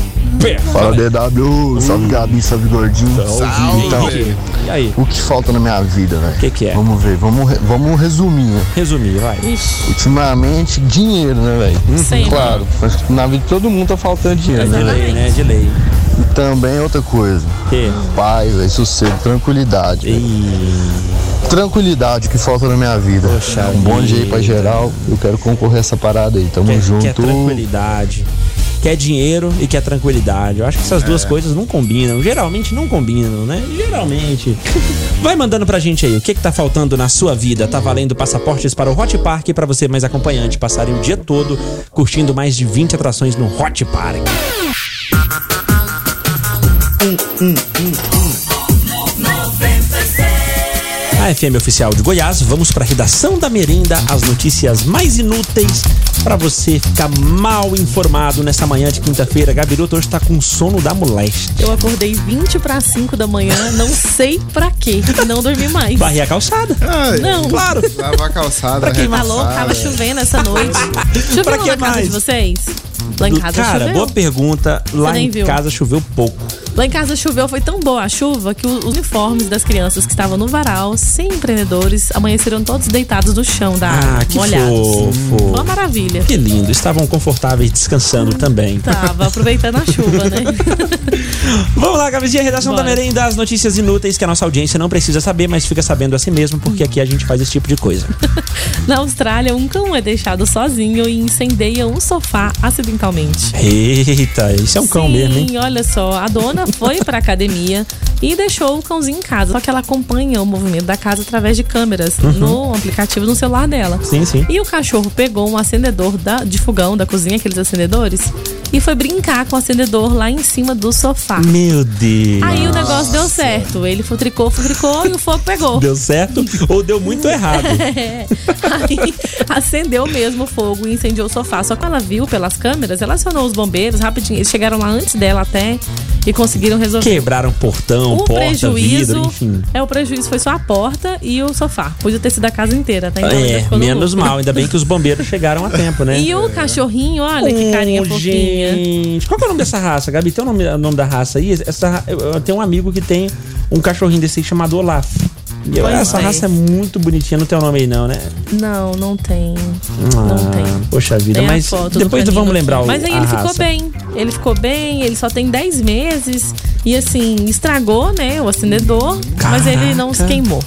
pé.
Fala DW, salve Gabi, salve gordinho.
Salve,
Então,
Henrique. E aí?
o que falta na minha vida, velho? O
Que que é?
Vamos ver, vamos, re- vamos resumir.
Resumir, vai.
Ixi,
Ultimamente, dinheiro, né, velho?
sempre.
Claro, mas na vida de todo mundo tá faltando
É
dinheiro,
de
né?
lei, né? De lei.
E
é
também outra coisa,
Que?
paz, velho, sossego, tranquilidade.
né?
velho.
Ih,
Tranquilidade que falta na minha vida.
Poxa
um bom dia aí pra
vida.
geral, eu quero concorrer a essa parada aí, tamo
quer,
junto.
quer tranquilidade. Quer dinheiro e quer tranquilidade. Eu acho que essas duas coisas não combinam. Geralmente não combinam, né? Geralmente. Vai mandando pra gente aí. O que, que tá faltando na sua vida? Tá valendo passaportes para o Hot Park pra você mais acompanhante passarem o dia todo curtindo mais de 20 atrações no Hot Park. A FM Oficial de Goiás, vamos para a redação da Merenda, as notícias mais inúteis para você ficar mal informado nessa manhã de quinta-feira. Gabiruta hoje tá com sono da moléstia.
Eu acordei 20 para 5 da manhã, não sei pra quê, e não dormi mais.
Varrer a calçada.
Ai,
Não,
Claro.
Lavar a calçada,
Pra quem
tá
arregaçar,
louco, tava
velho.
chovendo essa noite.
Pra
Choveu
que
lá na casa
mais?
de vocês? Lá em casa
Cara,
choveu?
boa pergunta. Lá
nem
em
viu.
casa choveu pouco.
Lá em casa choveu, foi tão boa a chuva que o- os uniformes das crianças que estavam no varal, sem empreendedores, amanheceram todos deitados no chão da
Ah,
área,
que
molhados.
fofo.
Foi uma maravilha. Tá.
Que lindo. Estavam confortáveis descansando também.
Tava aproveitando a chuva, né?
Vamos lá, Gabizinha, redação
Bora.
da Merenda, as notícias inúteis que a nossa audiência não precisa saber, mas fica sabendo assim mesmo, porque aqui a gente faz esse tipo de coisa.
Na Austrália, um cão é deixado sozinho e incendeia um sofá acidentalmente.
Eita, isso é um cão
Sim,
mesmo, hein?
olha só, a dona foi pra academia e deixou o cãozinho em casa. Só que ela acompanha o movimento da casa através de câmeras
Uhum.
no aplicativo no celular dela.
Sim, sim.
E o cachorro pegou um acendedor da- de fogão da cozinha, aqueles acendedores, e foi brincar com o acendedor lá em cima do sofá.
Meu Deus.
Aí o negócio deu certo. Ele futricou, futricou e o fogo pegou.
Deu certo ou deu muito errado?
É. Aí acendeu mesmo o fogo e incendiou o sofá. Só que ela viu pelas câmeras, ela acionou os bombeiros rapidinho. Eles chegaram lá antes dela até e conseguiram resolver.
Quebraram portão,
O
porta,
Um prejuízo.
vidro, enfim.
É, o prejuízo foi só a porta e o sofá. Podia ter sido a casa inteira, tá? Então, ainda
É,
ficou no
menos
lucro.
mal. Ainda bem que os bombeiros chegaram a tempo, né?
E o cachorrinho, olha que carinha
Oh,
fofinha.
Gente, qual que é o nome dessa raça, Gabi? Tem o nome, o nome da raça aí? Essa, ra- eu, eu tenho um amigo que tem um cachorrinho desse aí chamado Olaf. E eu-
Pois
essa
é.
raça é muito bonitinha, não tem o nome aí não, né?
Não, não tem. Não tem.
Poxa vida,
Tem a
mas
foto do
Ah, depois
canino
vamos
aqui.
lembrar o
Mas aí
a
ele ficou
raça.
bem. Ele ficou bem, ele só tem 10 meses. E assim, estragou, né? O acendedor. Mas ele não se
Caraca.
queimou.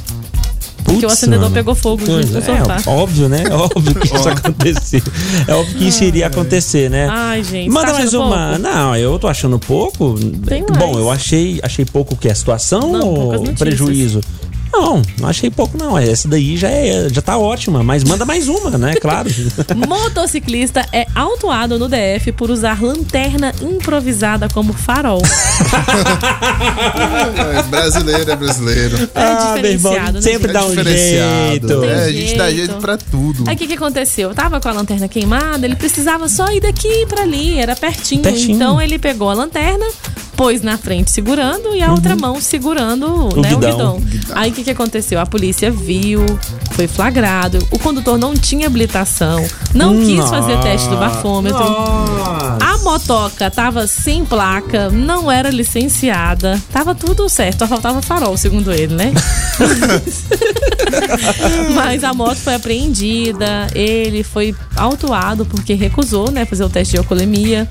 Porque
o acendedor pegou fogo junto com o sofá.
É, óbvio, né? É óbvio que isso aconteceu. É óbvio que isso iria acontecer, né?
Ai, gente.
Manda
tá
mais
achando
uma.
pouco?
Não, eu tô achando pouco.
Tem mais.
Bom, eu achei, achei pouco o que é situação
Não, poucas
ou
notícias.
prejuízo. Não, não achei pouco não. Essa daí já é, já tá ótima, mas manda mais uma, né? Claro.
Motociclista é autuado no DF por usar lanterna improvisada como farol.
É, brasileiro é brasileiro. É
É diferenciado, né?
Ah, sempre
gente?
dá um
Diferenciado.
jeito.
É,
Tem
a gente dá
jeito.
jeito pra tudo.
Aí o que, que aconteceu? Eu tava com a lanterna queimada, ele precisava só ir daqui pra ali, era pertinho.
Pertinho.
Então ele pegou a lanterna, pôs na frente segurando e a outra mão segurando
O
né,
guidão.
o guidão. Aí o que, que aconteceu? A polícia viu, foi flagrado, o condutor não tinha habilitação, não quis fazer teste do bafômetro. A motoca tava sem placa, não era licenciada, tava tudo certo, só faltava farol, segundo ele, né? Mas a moto foi apreendida, ele foi autuado porque recusou, né, fazer o teste de alcoolemia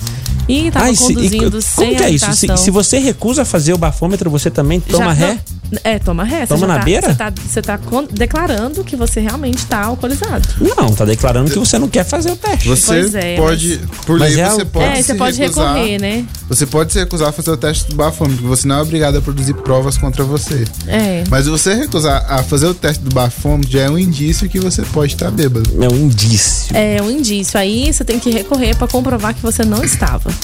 e tava
Ai, se- Ah, e
conduzindo
co-
sem
como que é isso? Se,
habilitação.
se você recusa fazer o bafômetro, você também
Já-
toma ré?
não, é, toma ré. Você
Toma
já
na
tá,
beira?
Você tá, você tá con- declarando que você realmente tá alcoolizado.
Não, tá declarando que você não quer fazer o teste.
Pois
Você
é,
pode, por
Mas
lei,
é
você
o-
pode
é,
se
você pode
recusar.
recorrer, né?
Você pode se recusar a fazer o teste do bafômetro, porque você não é obrigado a produzir provas contra você.
É.
Mas você recusar a fazer o teste do bafômetro já é um indício que você pode estar bêbado.
É um indício.
É um indício. Aí você tem que recorrer pra comprovar que você não estava.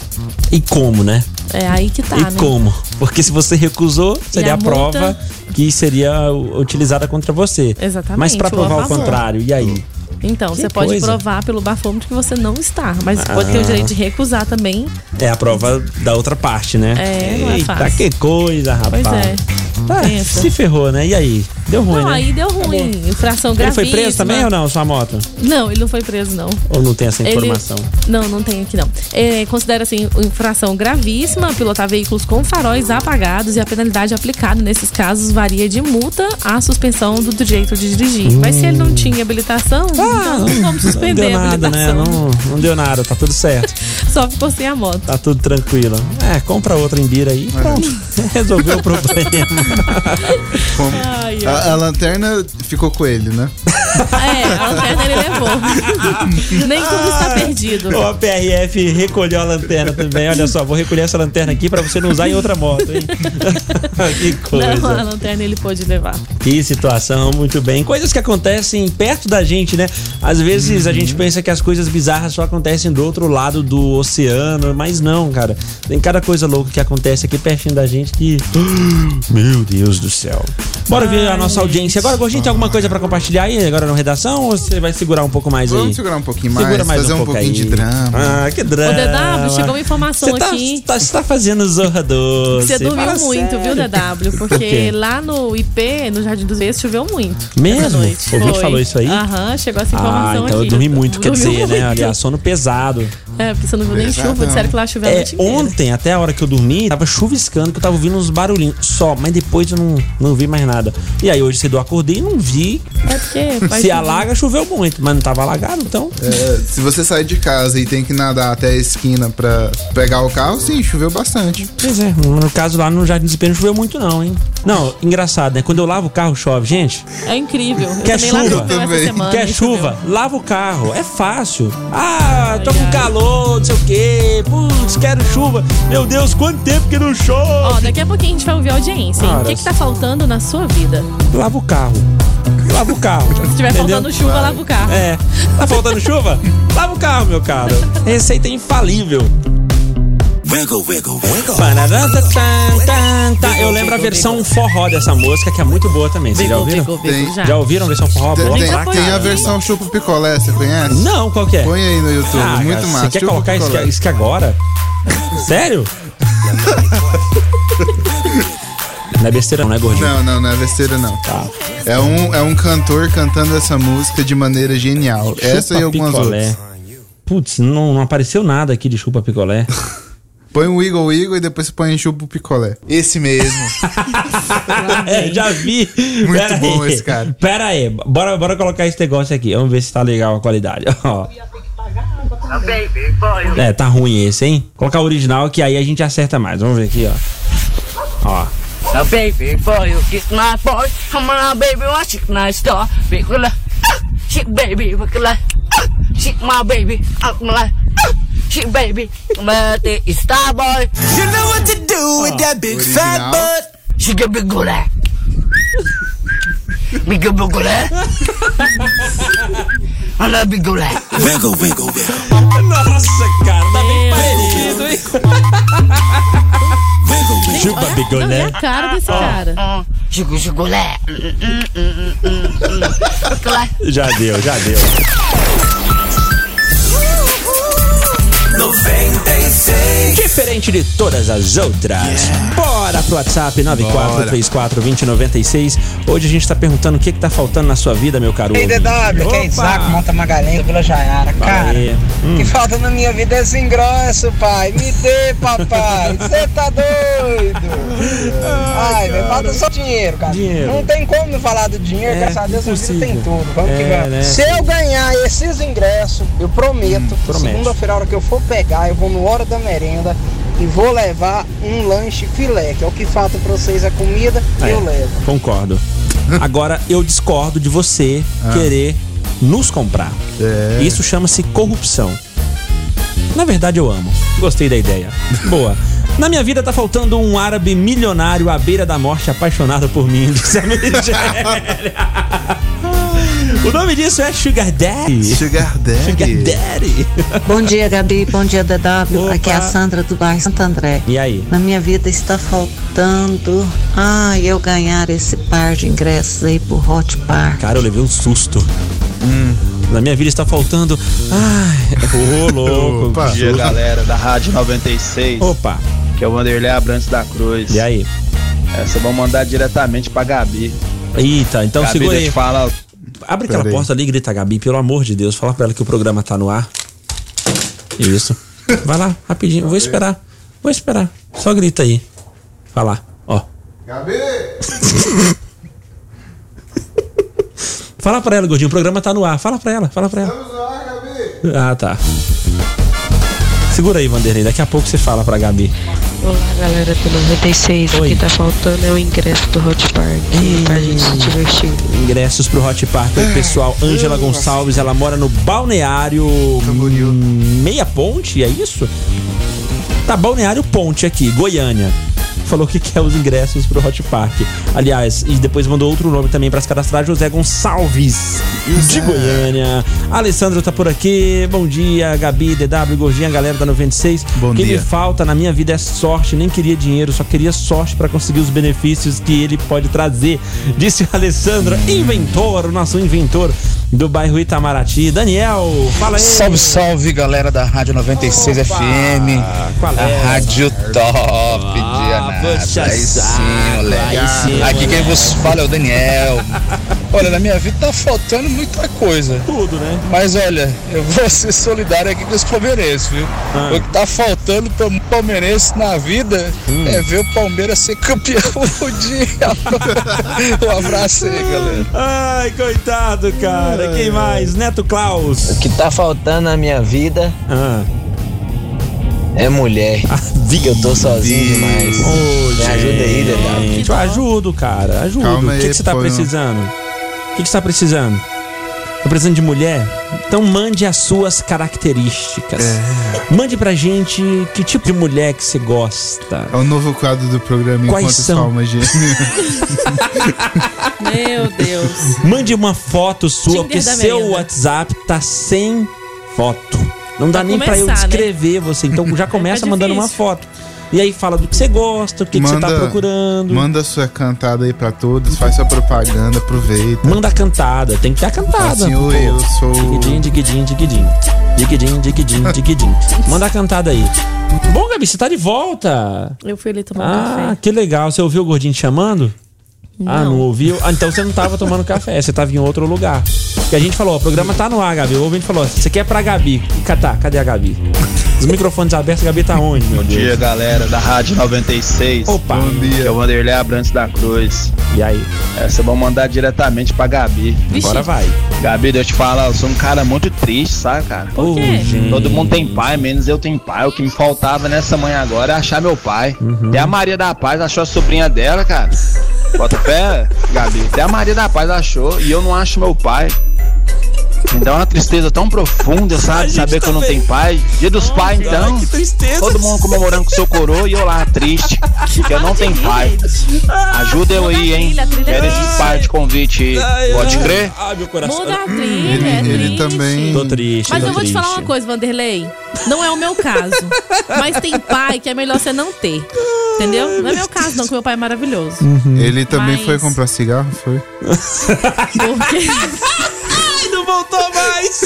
E como, né?
É aí que tá,
e
né?
como? Porque se você recusou, seria
a
a,
multa?
prova que seria u- utilizada contra você.
Exatamente,
Mas pra
ou a
provar o
favor.
contrário, e aí?
Então,
Que
você pode
coisa. Ah.
provar pelo bafômetro que você não está. Mas você pode ter o direito de recusar também.
É a prova da outra parte, né?
É, não é
Eita,
fácil.
que coisa, rapaz.
Pois é.
Ah,
Pensa.
se ferrou, né? E aí? Deu ruim,
não,
né?
aí deu ruim. Infração
Ele foi
gravíssima.
preso também ou não, sua moto?
Não, ele não foi preso, não.
Ou não tem essa informação?
Ele... Não, não tem aqui não. É, considera assim infração gravíssima pilotar veículos com faróis apagados e a penalidade aplicada nesses casos varia de multa à suspensão do direito de dirigir. Mas se ele não tinha habilitação, então não
Hum.
vamos
Ah, Não
suspender
deu
a
nada, né?
habilitação.
Não, não deu nada, tá tudo certo.
Só ficou sem a moto.
Tá tudo tranquilo. É, compra outra Imbira aí e pronto. Resolveu o problema.
Ai, ai.
A, a lanterna ficou com ele, né?
É, a lanterna ele levou. Nem tudo está perdido.
O PRF recolheu a lanterna também. Olha só, vou recolher essa lanterna aqui pra você não usar em outra moto, hein? que coisa.
Não, a lanterna ele pôde levar.
Que situação, muito bem. Coisas que acontecem perto da gente, né? Às vezes a gente pensa que as coisas bizarras só acontecem do outro lado do oceano, mas não, cara. Tem cada coisa louca que acontece aqui pertinho da gente que. Meu Deus do céu. Bora ver a nossa audiência. Agora, Gordinho, tem alguma coisa pra compartilhar aí agora na redação? Ou você vai segurar um pouco mais aí?
Vamos segurar um pouquinho mais,
Segura mais
fazer um,
pouco
pouquinho
aí.
de drama.
Ah, que drama.
Ô, DW, chegou uma informação
Você tá-
aqui.
Tá, você tá fazendo zorra Tá doce.
Você dormiu
Fala
muito,
sério.
viu, DW?
Por quê?
Porque lá no IP, no Jardim dos Reis, choveu muito.
Mesmo?
essa noite.
O ouvinte
Foi.
falou isso aí?
Aham, chegou essa
Ah,
informação
então
aqui.
eu dormi muito, quer
Dormiu
dizer, né?
muito.
Aliás, sono pesado.
É, porque você não viu nem
Pesadão.
chuva, disseram que lá choveu a
É,
noite inteira.
ontem, até a hora que eu dormi, tava chuviscando, que eu tava ouvindo uns barulhinhos só, mas depois eu não, não vi mais nada. E aí hoje cedo eu acordei e não vi.
É porque faz
Se
chuva.
alaga, choveu muito, mas não tava alagado, então.
É, se você sair de casa e tem que nadar até a esquina pra pegar o carro, sim, choveu bastante.
Pois é, no caso lá no Jardim dos Espelhos não choveu muito, não, hein? Não, engraçado, né? Quando eu lavo o carro, chove, gente.
É incrível. Eu
Quer
também lá
chuva?
choveu essa
Também.
semana.
Quer
e
chuva? Lava o carro. É fácil. Ah, tô com calor, não sei o quê. Putz, quero chuva. Meu Deus, quanto tempo que não
Ó,
chove.
daqui a pouquinho a gente vai ouvir a audiência, hein?
Cara,
O que, que tá faltando na sua vida?
Lava o carro. Lava o carro.
Se tiver faltando chuva, lava o carro.
É. Tá faltando chuva? Lava o carro, meu caro. Receita infalível. tá,
Wiggle, wiggle, wiggle.
Eu lembro a versão forró dessa música, que é muito boa também. Vocês já ouviram?
Tem-
já.
Já ouviram a versão forró? Boa
Tem,
pra
foi
tem a
aí.
versão chupa picolé, você conhece?
Não, qual que é?
Põe aí no YouTube,
Ah,
muito
cara,
massa.
Você quer
Chupa
colocar isso que, é-
picolé.
isso que agora? Sério? Não é besteira, não é gordinho.
Não, não, não é besteira não.
Tá.
É um, é um cantor cantando essa música de maneira genial. Essa e algumas outras.
Putz, não, não apareceu nada aqui de chupa picolé.
Põe o Wiggle Wiggle e depois põe chupa picolé. Esse mesmo.
É, já vi.
Ah, Muito
Pera
bom
aí.
esse cara.
Pera aí, bora, bora colocar esse negócio aqui. Vamos ver se tá legal a qualidade. Ó. É, tá ruim esse, hein? Colocar o original que aí a gente acerta mais. Vamos ver aqui, ó. Ó.
Now baby boy, you kiss my boy. Come on baby, I shake my star. Big will shake baby, we can shake my baby. I'm like shake baby, but it's star boy.
You know what to do with that big
Original.
fat butt.
She get big good at. Big good good at. I love big eh? good at.
Wiggle, wiggle, wiggle.
Nossa, cara, tá bem parecido, hein?
Wiggle, wiggle.
Chupa
Não, e
picolé.
a cara desse cara?
She go she go let.
Já deu, já deu.
96.
Diferente de todas as outras. Bora pro WhatsApp 94342096. Hoje a gente tá perguntando o que que tá faltando na sua vida, meu caro.
Ei,
ouvinte.
DW,
Opa!
quem saco, é monta Magalhães, Vila Jaiara. Cara,
aí.
o que falta na minha vida é esse engrosso, pai. Me dê, papai. Você tá doido. Ai, velho, falta só dinheiro, cara.
Dinheiro.
Não tem como não falar do dinheiro,
É,
graças a Deus, a vida
impossível.
tem tudo. Vamos que
É,
vamos.
né? Hum,
Se eu ganhar esses ingressos, eu prometo,
promete.
segunda-feira, a hora que eu for pegar, eu vou no Hora da Merenda e vou levar um lanche filé, que é o que falta pra vocês, a comida,
É,
eu levo.
Concordo. Agora eu discordo de você querer nos comprar.
É.
Isso chama-se corrupção. Na verdade eu amo. Gostei da ideia. Boa. Na minha vida tá faltando um árabe milionário à beira da morte apaixonado por mim, disse a Mirella. O nome disso é Sugar Daddy.
Sugar
Sugar
Daddy.
Daddy.
Bom dia, Gabi. Bom dia, DW.
Opa.
Aqui é a Sandra do bairro Santo André.
E aí?
Na minha vida está faltando. Ah, eu ganhar esse par de ingressos aí pro Hot Park.
Cara, eu levei um susto. Na minha vida está faltando. Ai, Hum. ô louco.
Opa.
Opa.
Sugar
galera da Rádio 96,
Opa.
que é o Vanderlei Abrantes da Cruz.
E aí?
Essa eu vou mandar diretamente pra Gabi.
Eita, então
Gabi,
segura
deixa
aí.
eu te falar.
Abre aquela
Peraí.
porta ali e grita, Gabi, pelo amor de Deus, fala pra ela que o programa tá no ar. Isso. Vai lá, rapidinho, vou esperar. Vou esperar. Só grita aí. Vai lá, ó.
Gabi!
Fala pra ela, gordinho, o programa tá no ar. Fala pra ela, fala pra ela. Ah, tá. Segura aí, Vanderlei, daqui a pouco você fala pra Gabi.
Olá galera do 96, o que tá faltando é o ingresso do Hot Park pra gente se divertir.
Ingressos pro Hot Park aí, pessoal. Ângela Gonçalves, ela mora no balneário Meia Ponte, é isso? Tá balneário Ponte aqui, Goiânia. Falou que quer os ingressos pro Hot Park. Aliás, e depois mandou outro nome também pra se cadastrar, José Gonçalves, de Goiânia. Alessandro tá por aqui. Bom dia, Gabi, DW, Gordinha, galera da 96. Bom
dia.
me falta na minha vida é sorte, nem queria dinheiro, só queria sorte para conseguir os benefícios que ele pode trazer, disse Alessandro, inventor, o nosso inventor do bairro Itamaraty. Daniel, fala aí.
Salve, salve galera da Rádio 96 FM.
qual é?
A Rádio Top de Anápolis.
puxa
Aí
saco,
sim, moleque.
aí sim,
Aqui quem
moleque.
vos fala é o Daniel. Olha, na minha vida tá faltando muita coisa.
Tudo, né?
Mas olha, eu vou ser solidário aqui com os palmeirenses, viu?
Ah.
O que tá faltando pra um palmeirense na vida
Hum.
é ver o Palmeiras ser campeão do dia. um abraço aí, galera.
Ai, coitado, cara. Quem mais? Neto Klaus.
O que tá faltando na minha vida é mulher.
Diga,
eu tô sozinho demais. Me ajuda aí, Dedé.
Gente, eu Então, ajudo, cara. Ajudo.
Calma
o
aí,
que, que você tá
põe um-
precisando? O que, que você tá precisando? Tá precisando de mulher? Então mande as suas características. Mande pra gente que tipo de mulher que você gosta.
É o novo quadro do programa
Quais
Enquanto
são?
Palmas Gêmeas.
Meu Deus.
Mande uma foto sua,
Tinder
porque
da
seu
merenda.
WhatsApp tá sem foto. Não dá
Pra
nem pra eu
começar, né? É
descrever você. Então já começa
difícil.
mandando uma foto. E aí fala do que você gosta, o que, que você tá procurando.
Manda sua cantada aí pra todos, faz sua propaganda, aproveita.
Manda a cantada, tem que ter a cantada.
Assim, oi,
pô.
eu sou.
Diquidim, diquidim, diquidim. Diquidim, diquidim, diquidim. Manda a cantada aí. Bom, Gabi, você tá de volta.
Eu fui ali tomar um
Ah,
café.
que legal. Você ouviu o gordinho te chamando? Ah, não ouviu? Ah, então você não tava tomando café, você tava em outro lugar. E a gente falou, ó, o programa tá no ar, Gabi. O ouvinte falou, ó, você quer pra Gabi. Cadê, tá, cadê a Gabi? Os microfones abertos, a Gabi tá onde, meu
Bom
Deus?
dia, galera da Rádio 96.
Opa. Bom
dia. é o Vanderlei Abrantes da Cruz.
E aí?
Essa eu vou mandar diretamente pra Gabi.
Vixe. Agora vai.
Gabi, deixa eu te falar, eu sou um cara muito triste, sabe, cara?
Por quê? gente.
Todo mundo tem pai, menos eu tenho pai. O que me faltava nessa manhã agora é achar meu pai. Até a Maria da Paz achou a sobrinha dela, cara. Bota o pé, Gabi. Até a Maria da Paz achou e eu não acho meu pai. Me dá uma tristeza tão profunda, sabe? Saber que eu não tenho pai. Dia dos pais, então. Todo mundo comemorando com seu coroa e eu lá, triste. Que eu não tenho pai. Ajuda eu aí, hein? Quero esse pai de convite. aí. Pode crer?
Ah, meu coração.
Muda a trilha, é triste.
também.
Tô triste.
Mas
tô
eu vou te
triste.
falar uma coisa, Vanderlei. Não é o meu caso. mas tem pai que é melhor você não ter. Entendeu? Não é meu caso, não, que meu pai é maravilhoso.
Ele também
Mas-
foi comprar cigarro, foi?
Porque... Ai,
não voltou mais!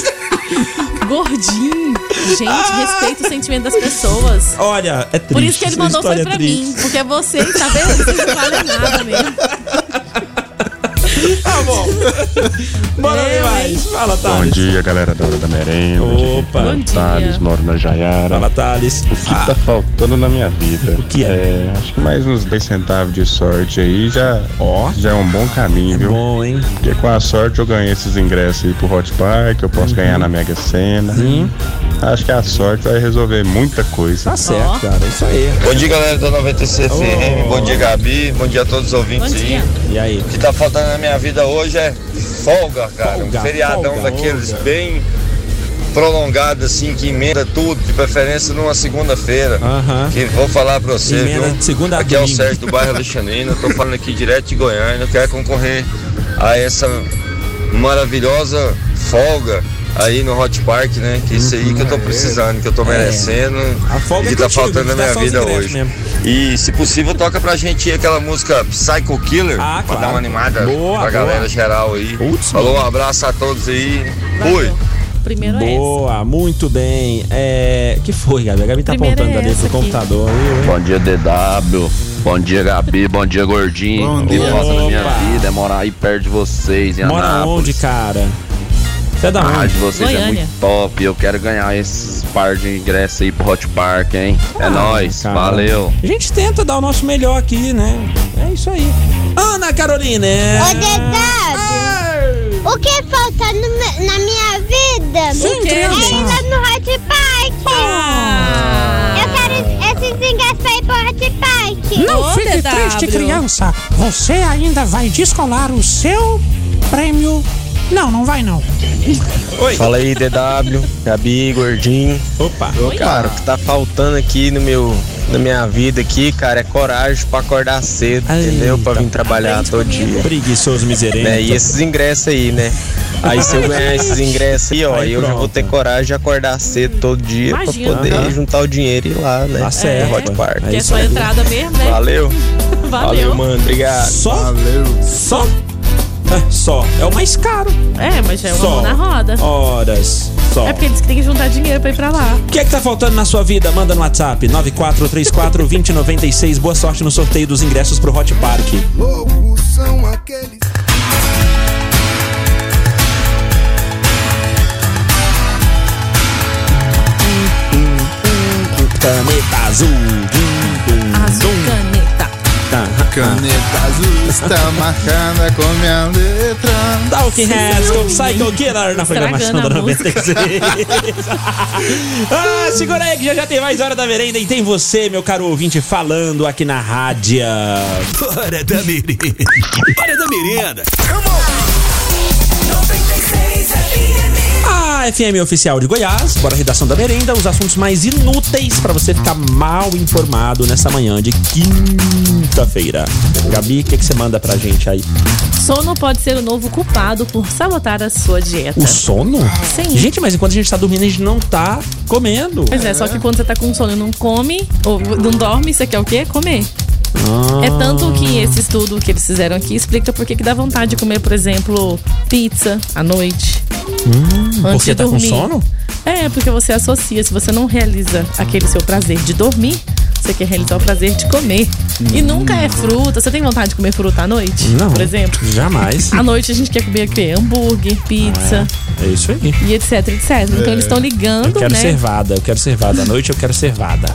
Gordinho. Gente, respeita o sentimento das pessoas.
Olha, é triste.
Por isso que ele
sua
mandou foi
história é
pra
triste.
mim. Porque é você, tá vendo? Vocês não valem nada mesmo.
Tá bom. Bora
É,
ver mais. Fala,
Bom
Thales.
dia, galera da Hora da Merenda.
Opa. Bom
Bom
dia.
Thales, moro na Jaiara.
Fala, Thales.
O que tá faltando na minha vida? O que é? Acho que mais uns 10 centavos de sorte aí já, já é um bom caminho, viu?
Bom, hein?
Porque com a sorte eu ganhei esses ingressos aí pro Hot Park, eu posso ganhar na Mega Sena. Acho que a sorte vai resolver muita coisa.
Tá certo, Ó. cara. Isso aí.
Bom dia, galera da 96 FM.
Oh.
Bom dia, Gabi. Bom dia a todos os ouvintes
Bom
aí.
dia.
E aí? O
que tá faltando na minha vida hoje é folga, cara.
Folga,
um feriadão
folga,
daqueles bem prolongado, assim, que emenda tudo, de preferência numa segunda-feira. Que vou falar pra você,
Emenda
viu?
de segunda a
aqui é o
domingo.
Sérgio do bairro Alexandrina. Tô falando aqui direto de Goiânia. Quero concorrer a essa maravilhosa folga. Aí no Hot Park, né? Que isso aí que eu tô precisando, que eu tô merecendo.
A folga
e
Uhum. é
que tá
contigo,
faltando na
te dá
minha
só os
vida
ingressos
hoje.
mesmo.
E se possível, toca pra gente aquela música Psycho Killer.
Ah,
pra
claro.
dar uma animada
Boa, boa.
pra galera geral aí. Falou, um abraço a todos aí. Fui.
Primeiro é esse.
Boa, muito bem. É... que foi, Gabi? A Gabi tá
Primeiro
apontando
é
ali pro
essa aqui.
computador. viu, hein?
Bom dia, DW. Bom dia, Gabi. Bom dia, gordinho.
Bom
O que
dia.
falta na minha
Opa.
vida é morar aí perto de vocês, em
Mora
Anápolis.
onde, cara? Você é da
A
onde?
rádio de vocês é
Goiânia.
muito top. Eu quero ganhar esses par de ingressos aí pro Hot Park, hein? é nóis. Valeu.
A gente tenta dar o nosso melhor aqui, né? É isso aí. Ana Carolina!
Ô, Dedado, o que falta no me- na minha vida?
Sim,
é
criança.
ainda no Hot Park. Eu quero esses ingressos pra ir pro Hot Park.
Não fique triste, é criança. Você ainda vai descolar o seu prêmio. Não, não vai não.
Fala aí, DW, Gabi, Gordinho.
Opa.
Cara, o que tá faltando aqui no meu, na minha vida aqui, cara, é coragem pra acordar cedo, entendeu? Pra vir trabalhar todo dia.
Preguiçoso miserento.
É,
Né? E esses ingressos aí, né? Aí se eu ganhar esses ingressos aí, ó,
Aí
eu já vou
pronto.
ter coragem de acordar cedo todo dia
Imagina.
pra poder
Aham.
juntar o dinheiro e ir lá, né?
Tá certo.
No Hot Park.
Que é só a entrada mesmo, né?
Valeu.
Valeu.
mano. Obrigado.
Só? Só? É, só. É o mais caro.
É, mas é uma
Só.
mão na roda.
Horas. Só.
É porque eles que tem que juntar dinheiro pra ir pra lá.
O que é que tá faltando na sua vida? Manda no WhatsApp 9434-2096. Boa sorte no sorteio dos ingressos pro Hot Park.
Loucos são aqueles.
Caneta tá azul.
Azul caneta.
Caneta azul está marcada com minha letra.
Talking Heads com Psycho Killer na programação da
Estragando a música.
96. ah, segura aí que já, já tem mais Hora da Merenda e tem você, meu caro ouvinte, falando aqui na rádio.
Hora da merenda.
Hora da merenda. A FM Oficial de Goiás, bora redação da merenda, os assuntos mais inúteis pra você ficar mal informado nessa manhã de quinta-feira. Gabi, o que, que você manda pra gente aí?
Sono pode ser o novo culpado por sabotar a sua dieta.
O sono?
Sim.
Gente, mas enquanto a gente tá dormindo, a gente não tá comendo.
Pois é, só que quando você tá com sono e não come, ou não dorme, você quer o quê? Comer.
Ah.
É tanto que esse estudo que eles fizeram aqui explica por que que dá vontade de comer, por exemplo, pizza à noite.
Hum,
antes
porque
de
tá com
dormir.
sono?
É, porque você associa, se você não realiza aquele seu prazer de dormir, você quer realizar o prazer de comer. E nunca é fruta. Você tem vontade de comer fruta à noite?
Hum. Não.
Por exemplo?
Jamais.
À noite a gente quer comer o quê? Hambúrguer, pizza
É, é isso aí.
e etc, etc. Então
É.
eles estão ligando,
Eu quero
né?
servada, eu quero servada. À noite eu quero servada.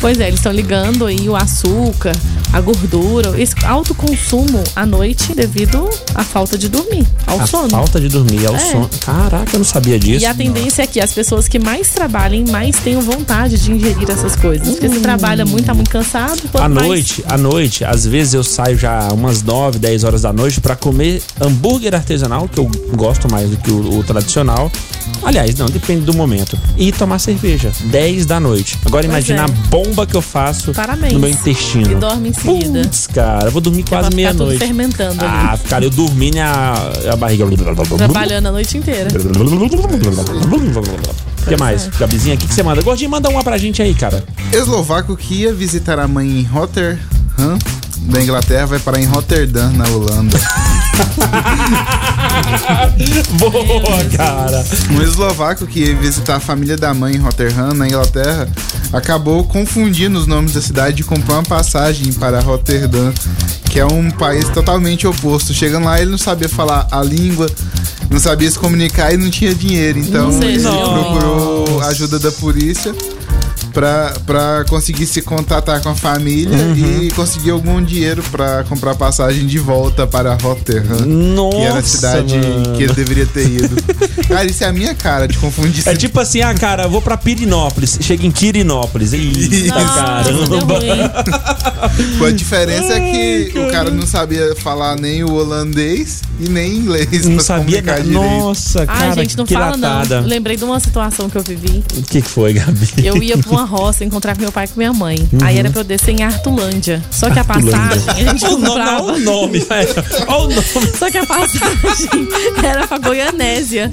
Pois é, eles estão ligando aí o açúcar, a gordura, esse alto consumo à noite devido à falta de dormir, ao
a
sono.
falta de dormir, ao
É.
sono. Caraca, eu não sabia disso.
E a tendência é que as pessoas que mais trabalhem mais tenham vontade de ingerir essas coisas. Porque você trabalha muito, tá muito cansado. quanto
Hum. À
mais-
noite, à noite, às vezes eu saio já umas 9, 10 horas da noite pra comer hambúrguer artesanal, que eu gosto mais do que o, o tradicional. Aliás, não, depende do momento. E tomar cerveja, 10 da noite. Agora
Pois
imagina
é.
a bomba que eu faço
Parabéns.
no meu
E
intestino.
dorme em seguida.
Putz, cara, eu vou dormir quase
Tá tudo
meia-noite.
fermentando ali.
Ah, cara, eu dormi e a, a barriga.
Trabalhando a noite inteira.
O que mais, Gabizinha? O que, que você manda? Gordinho, manda uma pra gente aí, cara.
Eslovaco que ia visitar a mãe em Rotterdam, da Inglaterra, vai parar em Rotterdam, na Holanda.
Boa, cara.
Um eslovaco que ia visitar a família da mãe em Rotterdam, na Inglaterra, acabou confundindo os nomes da cidade e comprou uma passagem para Rotterdam, que é um país totalmente oposto. Chegando lá, ele não sabia falar a língua, não sabia se comunicar e não tinha dinheiro. Então,
Não sei,
ele
não.
procurou a ajuda da polícia. Pra, pra conseguir se contatar com a família e conseguir algum dinheiro pra comprar passagem de volta para Rotterdam, que era a
Nossa,
cidade que ele
mano.
deveria ter ido. Cara, isso é a minha cara de confundir.
É tipo assim, ah, cara, eu vou pra Pirinópolis. Chega em Quirinópolis. Eita,
é
caramba. tipo
A diferença é que o cara não sabia falar nem o holandês e nem inglês. Não sabia
nada. Nossa,
Ai, gente, não fala não. Lembrei de uma situação que eu vivi.
O que, que foi, Gabi?
Eu ia pra uma roça encontrar com meu pai e com minha mãe.
Uhum.
Aí era pra eu descer em Artulândia. Só que a passagem a gente
Olha o nome,
comprava.
olha o nome, velho. Olha o nome.
Só que a passagem era pra Goianésia.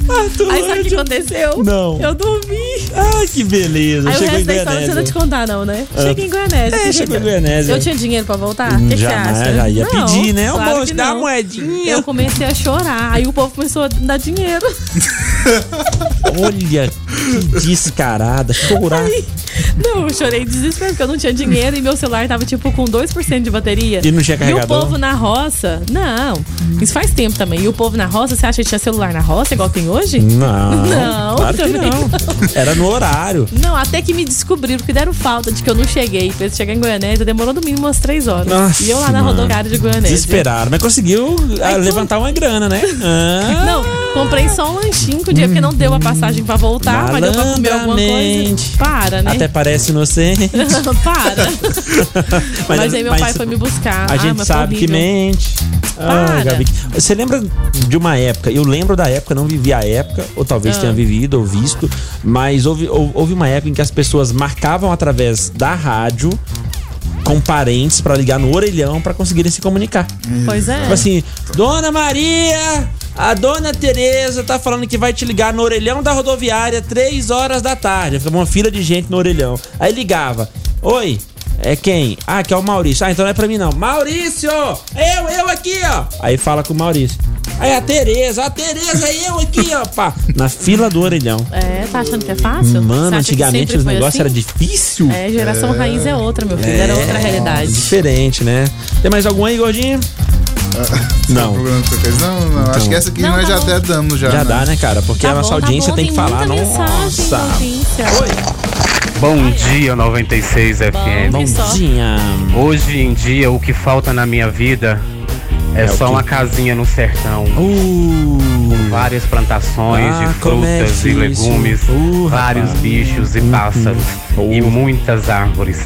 Aí sabe o que aconteceu?
Ah, Não.
Eu dormi.
Ah, que beleza.
Aí o
Chegou em
resto da história você não te
Goianésia.
contar, não, né?
Ah.
Cheguei em Goianésia.
É,
querida.
chegou em Goianésia. Hum,
Eu tinha dinheiro pra voltar? O que, que você
Jamais,
acha?
já ia
Não,
pedir, né? Ô,
Claro
moço,
que
dá
não.
uma moedinha.
Eu comecei a chorar. Aí o povo começou a dar dinheiro.
Olha, que descarada. Chorar.
Não, eu chorei de desespero, porque eu não tinha dinheiro e meu celular tava tipo com 2% de bateria.
E não tinha
E o
carregador?
povo na roça. Não, isso faz tempo também. E o povo na roça, você acha que tinha celular na roça igual tem hoje?
Não.
Não,
claro que
também
não. Era no horário.
Não, até que me descobriram, porque deram falta de que eu não cheguei. Pra eles chegarem em Goianésia, demorou no mínimo umas três horas.
Nossa,
e eu lá na
mano.
rodoviária de Goianésia.
Desesperado, mas conseguiu ah, levantar uma grana, né? Ah,
Não, comprei só um lanchinho com o dinheiro, porque não deu a passagem pra voltar, mas deu pra comer alguma coisa.
Malandramente.
Para, né?
Até parece inocente.
Para. Mas, aí meu
mas
pai foi me buscar.
A
Ah,
gente
mas foi
sabe que
horrível.
mente. Ah,
Para.
Gabi. Você lembra de uma época? Eu lembro da época, não vivi a época, ou talvez
Ah.
tenha vivido ou visto, mas houve, hou- houve uma época em que as pessoas marcavam através da rádio com parentes pra ligar no orelhão pra conseguirem se comunicar.
Pois é.
Tipo assim, Dona Maria, a Dona Tereza tá falando que vai te ligar no orelhão da rodoviária três horas da tarde. Ficava uma fila de gente no orelhão. Aí ligava, oi, é quem? Ah, que é o Maurício. Ah, então não é pra mim não. Maurício, eu, eu aqui, ó. Aí fala com o Maurício. Aí a Tereza, a Tereza, é eu aqui, ó, pá. Na fila do orelhão.
É, tá achando que é fácil? Você
Mano,
acha
antigamente
que sempre
o
foi
negócio era
assim?
difícil.
É, geração raiz é outra, meu filho. Era outra realidade.
Diferente, né? Tem mais algum aí, gordinho? Não.
Não, não, acho que essa aqui
Não,
nós
tá
já
bom.
até damos já.
Então. Já
né?
dá, né, cara? Porque
Tá
a nossa
bom, tá
audiência
bom,
tem que
tem
falar.
muita
Nossa.
Audiência.
Bom dia, 96 FM.
Bom só.
dia.
Hoje em dia, o que falta na minha vida
É
é,
o
só
quê?
uma casinha no sertão.
Com
várias plantações
Ah,
de
como é
frutas e
difícil.
legumes,
Uh,
vários
rapaz.
bichos e pássaros e muitas árvores.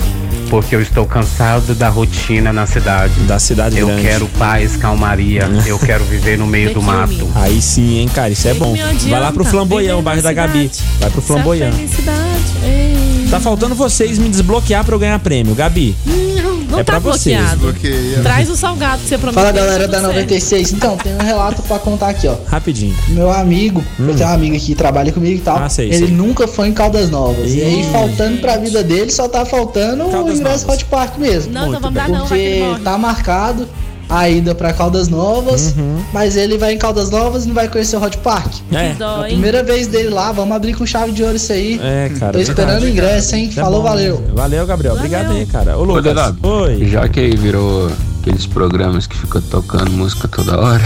Porque eu estou cansado da rotina na cidade.
Da cidade
Eu
grande.
quero paz, calmaria. eu quero viver no meio do mato.
Aí sim, hein, cara, isso é bom.
me adianta,
Vai lá pro Flamboyão, bairro da Gabi. Vai
é
pro Flamboyão.
Felicidade. Ei.
Tá faltando vocês me desbloquear pra eu ganhar prêmio, Gabi.
Não, não
é
tá
pra
bloqueado.
vocês.
Traz o salgado que você prometeu.
Fala galera da
tudo certo.
96. Então, tem um relato pra contar aqui, ó.
Rapidinho.
Meu amigo, eu tenho um amigo aqui que trabalha comigo e tal.
Hum. Ah, sei, sei.
ele nunca foi em Caldas Novas. E aí,
Ih,
faltando pra vida dele, só tá faltando o ingresso Hot Park mesmo.
Não, então vamos dar não, vai que ele
Porque
morre.
tá marcado a ida pra Caldas Novas,
Uhum.
mas ele vai em Caldas Novas e não vai conhecer o Hot Park.
É.
A primeira vez dele lá, vamos abrir com chave de ouro isso aí.
É, cara. É
Tô esperando o ingresso, hein? Falou, valeu.
né? Valeu, Gabriel. Obrigado aí, cara. Ô, Lucas. Oi.
Já que aí virou aqueles programas que ficam tocando música toda hora,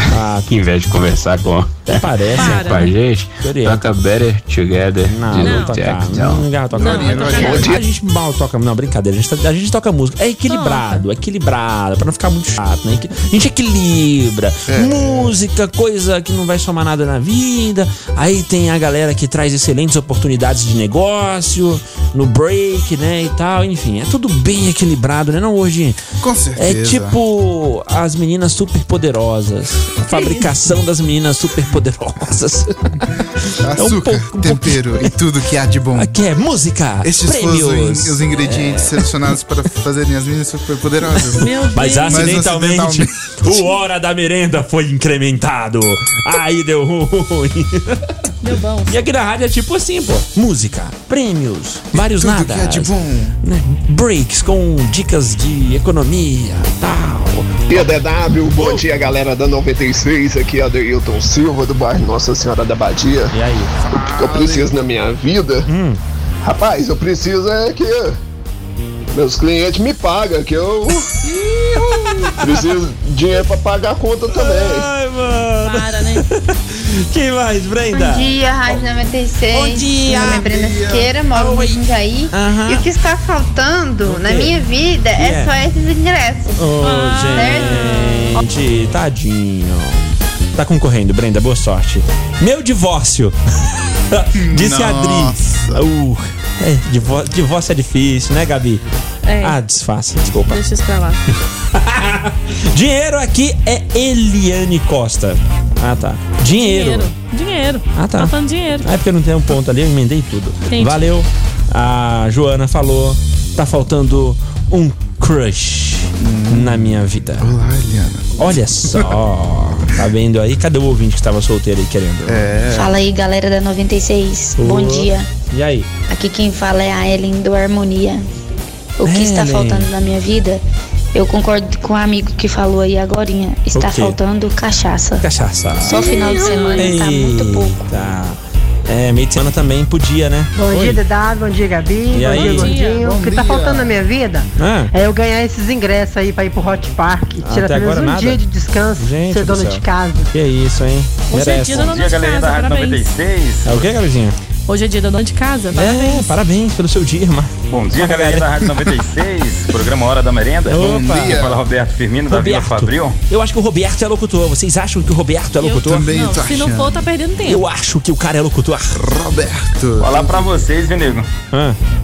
que em vez de conversar com,
Parece.
com a gente, toca Better Together de Então,
não
New
tocar.
Jackson.
Não, vai tocar.
Não, não vai tocar.
A gente mal toca. Não, brincadeira. A gente, to- a gente toca música. É equilibrado, é equilibrado, pra não ficar muito chato, né? A gente equilibra. Música, coisa que não vai somar nada na vida. Aí tem a galera que traz excelentes oportunidades de negócio, no break, né? E tal. Enfim, é tudo bem equilibrado, né? Não hoje.
Com certeza.
É tipo as meninas super poderosas. A fabricação das meninas super poderosas. é um
Açúcar, tempero e tudo que há de bom.
Aqui é música,
Estes foram
prêmios.
os, os ingredientes selecionados para fazerem as minhas superpoderosas.
Mas acidentalmente,
acidentalmente-
o hora da merenda foi incrementado. Aí deu ruim.
Deu bom.
E aqui na rádio é tipo assim, pô. Música, prêmios, vários
tudo
nada. Né?
que é de bom.
Breaks com dicas de economia e tal.
TDW, bom dia galera da 96, aqui é Adeilton Silva do bairro Nossa Senhora da Badia.
E aí?
O que que eu preciso né? na minha vida? Rapaz, eu preciso é que meus clientes me pagam, que eu preciso de dinheiro pra pagar a conta também.
Ai, mano.
Para,
né?
Quem mais, Brenda?
Bom dia, Rádio 96.
Bom dia.
Meu nome é Brenda Siqueira, moro no Jundiaí. E o que está faltando na
quê?
minha vida é
Que é?
só esses ingressos.
Ô, gente, tadinho. Tá concorrendo, Brenda, boa sorte. Meu divórcio. Disse a Adri. Uh, é, divó- divórcio é difícil, né, Gabi?
É.
Ah, disfarça, desculpa.
Deixa isso pra lá.
Dinheiro aqui é Eliane Costa. Ah, tá. Dinheiro.
Dinheiro. Dinheiro.
Ah, tá.
Faltando dinheiro.
É porque não tem um ponto ali, eu emendei tudo.
Entendi.
Valeu. A Joana falou: tá faltando um crush na minha vida. Olá, Eliana. Olha só. tá vendo aí? Cadê o ouvinte que tava solteiro aí querendo? É.
Fala aí, galera da 96. Bom dia.
E aí?
Aqui quem fala é a Ellen do Harmonia. O que está
Ellen.
faltando na minha vida? Eu concordo com o amigo que falou aí agorinha. Está
O quê?
faltando cachaça.
Cachaça.
Só final de semana tá muito pouco.
Tá. É, meio de semana também podia, né?
Bom
Oi.
dia, Dedado. Bom dia, Gabi.
E
bom
aí?
dia,
Bom dia.
Gordinho.
Bom
O que tá
dia.
faltando na minha vida
Ah.
é eu ganhar esses ingressos aí pra ir pro Hot Park. Tirar
até
pelo menos
agora
um
nada?
dia de descanso,
Gente
ser
do
dona
céu.
de casa.
Que isso, hein?
Hoje é
Merece.
dia da Bom dia, dona de galera da casa, Rádio parabéns. 96.
É o que, garotinha?
Hoje é dia da dona de casa,
É,
parabéns.
parabéns pelo seu dia, mano.
Bom dia, galera da Rádio 96, programa Hora da Merenda.
Opa. Bom dia.
Fala Roberto Firmino da Vila Fabril.
Eu acho que o Roberto é locutor. Vocês acham que o Roberto é
Eu
locutor?
também Não, tô
Se não for, tá perdendo tempo.
Eu acho que o cara é locutor.
Roberto.
assim.
Falar pra vocês, viu, nego?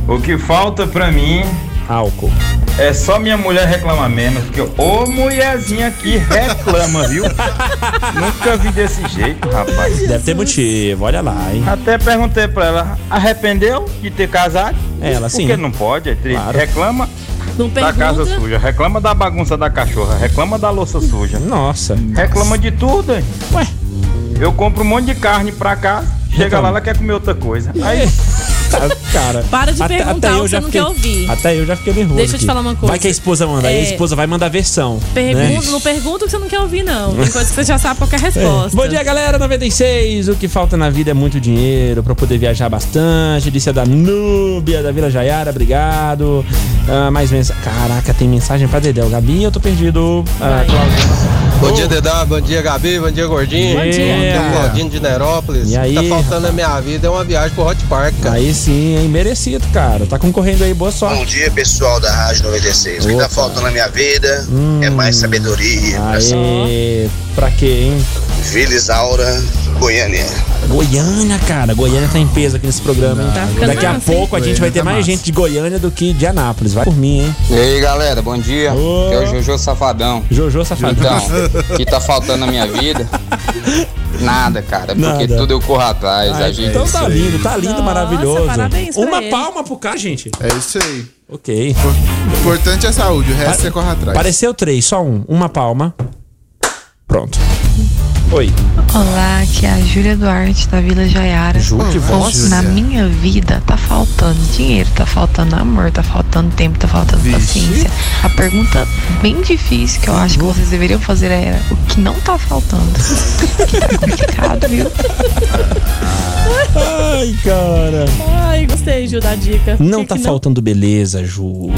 O que falta pra mim.
Ah, Álcool.
É só minha mulher reclamar menos, porque ô mulherzinha aqui reclama, viu? Nunca vi desse jeito, rapaz.
Deve ter motivo, olha lá, hein?
Até perguntei pra ela, arrependeu de ter casado?
É, ela sim,
Porque
né?
não pode, é triste.
Claro.
Reclama
Não
da casa suja, reclama da bagunça da cachorra, reclama da louça suja.
Nossa. Então.
Reclama de tudo, hein? Ué. Eu compro um monte de carne pra cá, chega lá, ela quer comer outra coisa. Aí.
É. Tá, Cara,
Para de perguntar o que
eu já
você não quer ouvir.
Até eu já fiquei nervoso.
Deixa eu te
aqui.
falar uma coisa.
Vai que a esposa manda, aí a
É.
esposa vai mandar a versão.
Pergunta,
né?
Não pergunta o que você não quer ouvir, não. Tem coisa que você já sabe qualquer resposta.
É. Bom dia, galera 96. O que falta na vida é muito dinheiro pra eu poder viajar bastante. Disse a da Núbia, da Vila Jaiara, obrigado. Ah, mais mensagem. Caraca, tem mensagem pra Dedé. O Gabi, eu tô perdido. Ah,
Bom dia, Dedá. Bom dia, Gabi. Bom dia, Gordinho.
Bom dia.
Aqui é o Claudinho de Nerópolis.
E aí,
tá faltando
rapaz?
na minha vida é uma viagem pro Hot Park, cara.
Aí sim, hein? Merecido, cara. Tá concorrendo aí, boa
Bom
sorte.
dia, pessoal da Rádio 96. O que tá faltando na minha vida
Hum.
é mais sabedoria.
Aê, pra quê, hein?
Vila Isaura, Goiânia.
Goiânia, cara. Goiânia tá em peso aqui nesse programa, hein?
Tá ficando
Daqui a
massa, hein?
pouco a gente vai ter
Goiânia tá
mais
massa.
gente de Goiânia do que de Anápolis. Vai por mim, hein?
E aí galera, bom dia. Aqui é o Jojo Safadão.
Jojo Safadão.
Então, o que tá faltando na minha vida? Nada, cara, porque
Nada.
tudo eu corro atrás.
Ai,
a gente...
então tá lindo, tá lindo, maravilhoso.
parabéns pra
Uma
ele.
palma pro cá, gente.
É isso aí.
Ok.
O importante é a saúde, o resto
Pa-
você corre atrás.
Pareceu três, só um. Uma palma. Pronto. Oi.
Olá, aqui é a Júlia Duarte da Vila Jaiara.
Ju, que voz,
Nossa, Na
Júlia.
minha vida tá faltando dinheiro, tá faltando amor, tá faltando tempo, tá faltando paciência. A pergunta bem difícil que eu acho que vocês deveriam fazer era o que não tá faltando. que tá complicado, viu?
Ai, cara.
Ai, gostei, Ju, da dica.
Não
Que
tá
que
faltando beleza, Ju.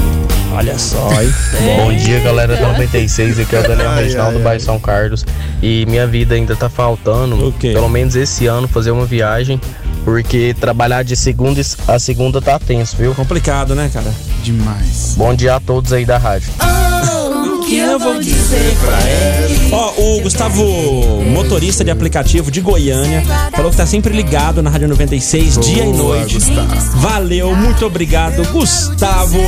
Olha só, hein?
tá
Bom dia, galera da 96. Aqui é o Daniel
Ai,
Reginaldo,
ai,
bairro São Carlos. E minha vida ainda tá faltando, pelo menos esse ano, fazer uma viagem. Porque trabalhar de segunda a segunda tá tenso, viu?
Complicado, né, cara?
Demais.
Bom dia a todos aí da rádio.
O que eu vou dizer pra ele? Ó, o Gustavo, motorista de aplicativo de Goiânia, falou que tá sempre ligado na Rádio 96, dia e noite. Valeu, muito obrigado, Gustavo.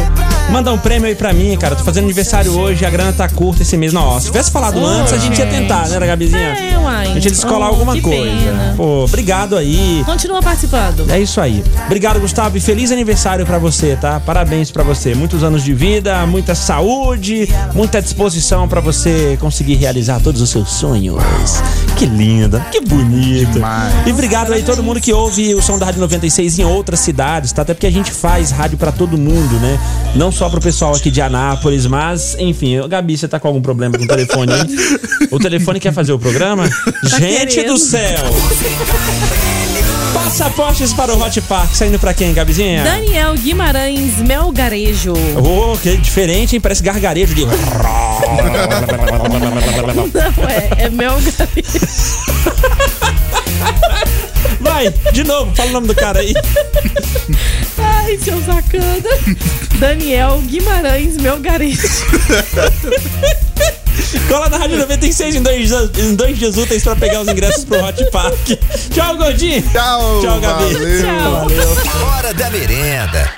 Manda um prêmio aí pra mim, cara. Tô fazendo aniversário hoje, a grana tá curta esse mês. Não, ó, se tivesse falado antes, a gente ia tentar, né, Gabizinha?
É, uai.
A gente ia descolar
Oh,
alguma
que
coisa.
pena.
Pô, obrigado aí.
Continua participando.
É isso aí. Obrigado, Gustavo, e feliz aniversário pra você, tá? Parabéns pra você. Muitos anos de vida, muita saúde, muita disposição pra você conseguir realizar todos os seus sonhos. Que linda, que bonita. E obrigado aí todo mundo que ouve o som da Rádio 96 em outras cidades, tá? Até porque a gente faz rádio pra todo mundo, né? Não só pro pessoal aqui de Anápolis, mas, enfim, Gabi, você tá com algum problema com o telefone, hein? O telefone quer fazer o programa? gente
querendo.
do céu! Passaportes para o Hot Park, saindo pra quem, Gabizinha?
Daniel Guimarães Melgarejo.
Ô, que diferente, hein? Parece gargarejo de.
Não, é, é Melgarejo.
Vai, de novo, fala o nome do cara aí.
Ai, seu sacana. Daniel Guimarães Melgarejo.
Cola na Rádio 96 em dois, dias- em dois dias úteis pra pegar os ingressos pro Hot Park. Tchau, Gordinho. Tchau, Gabi.
Hora da merenda.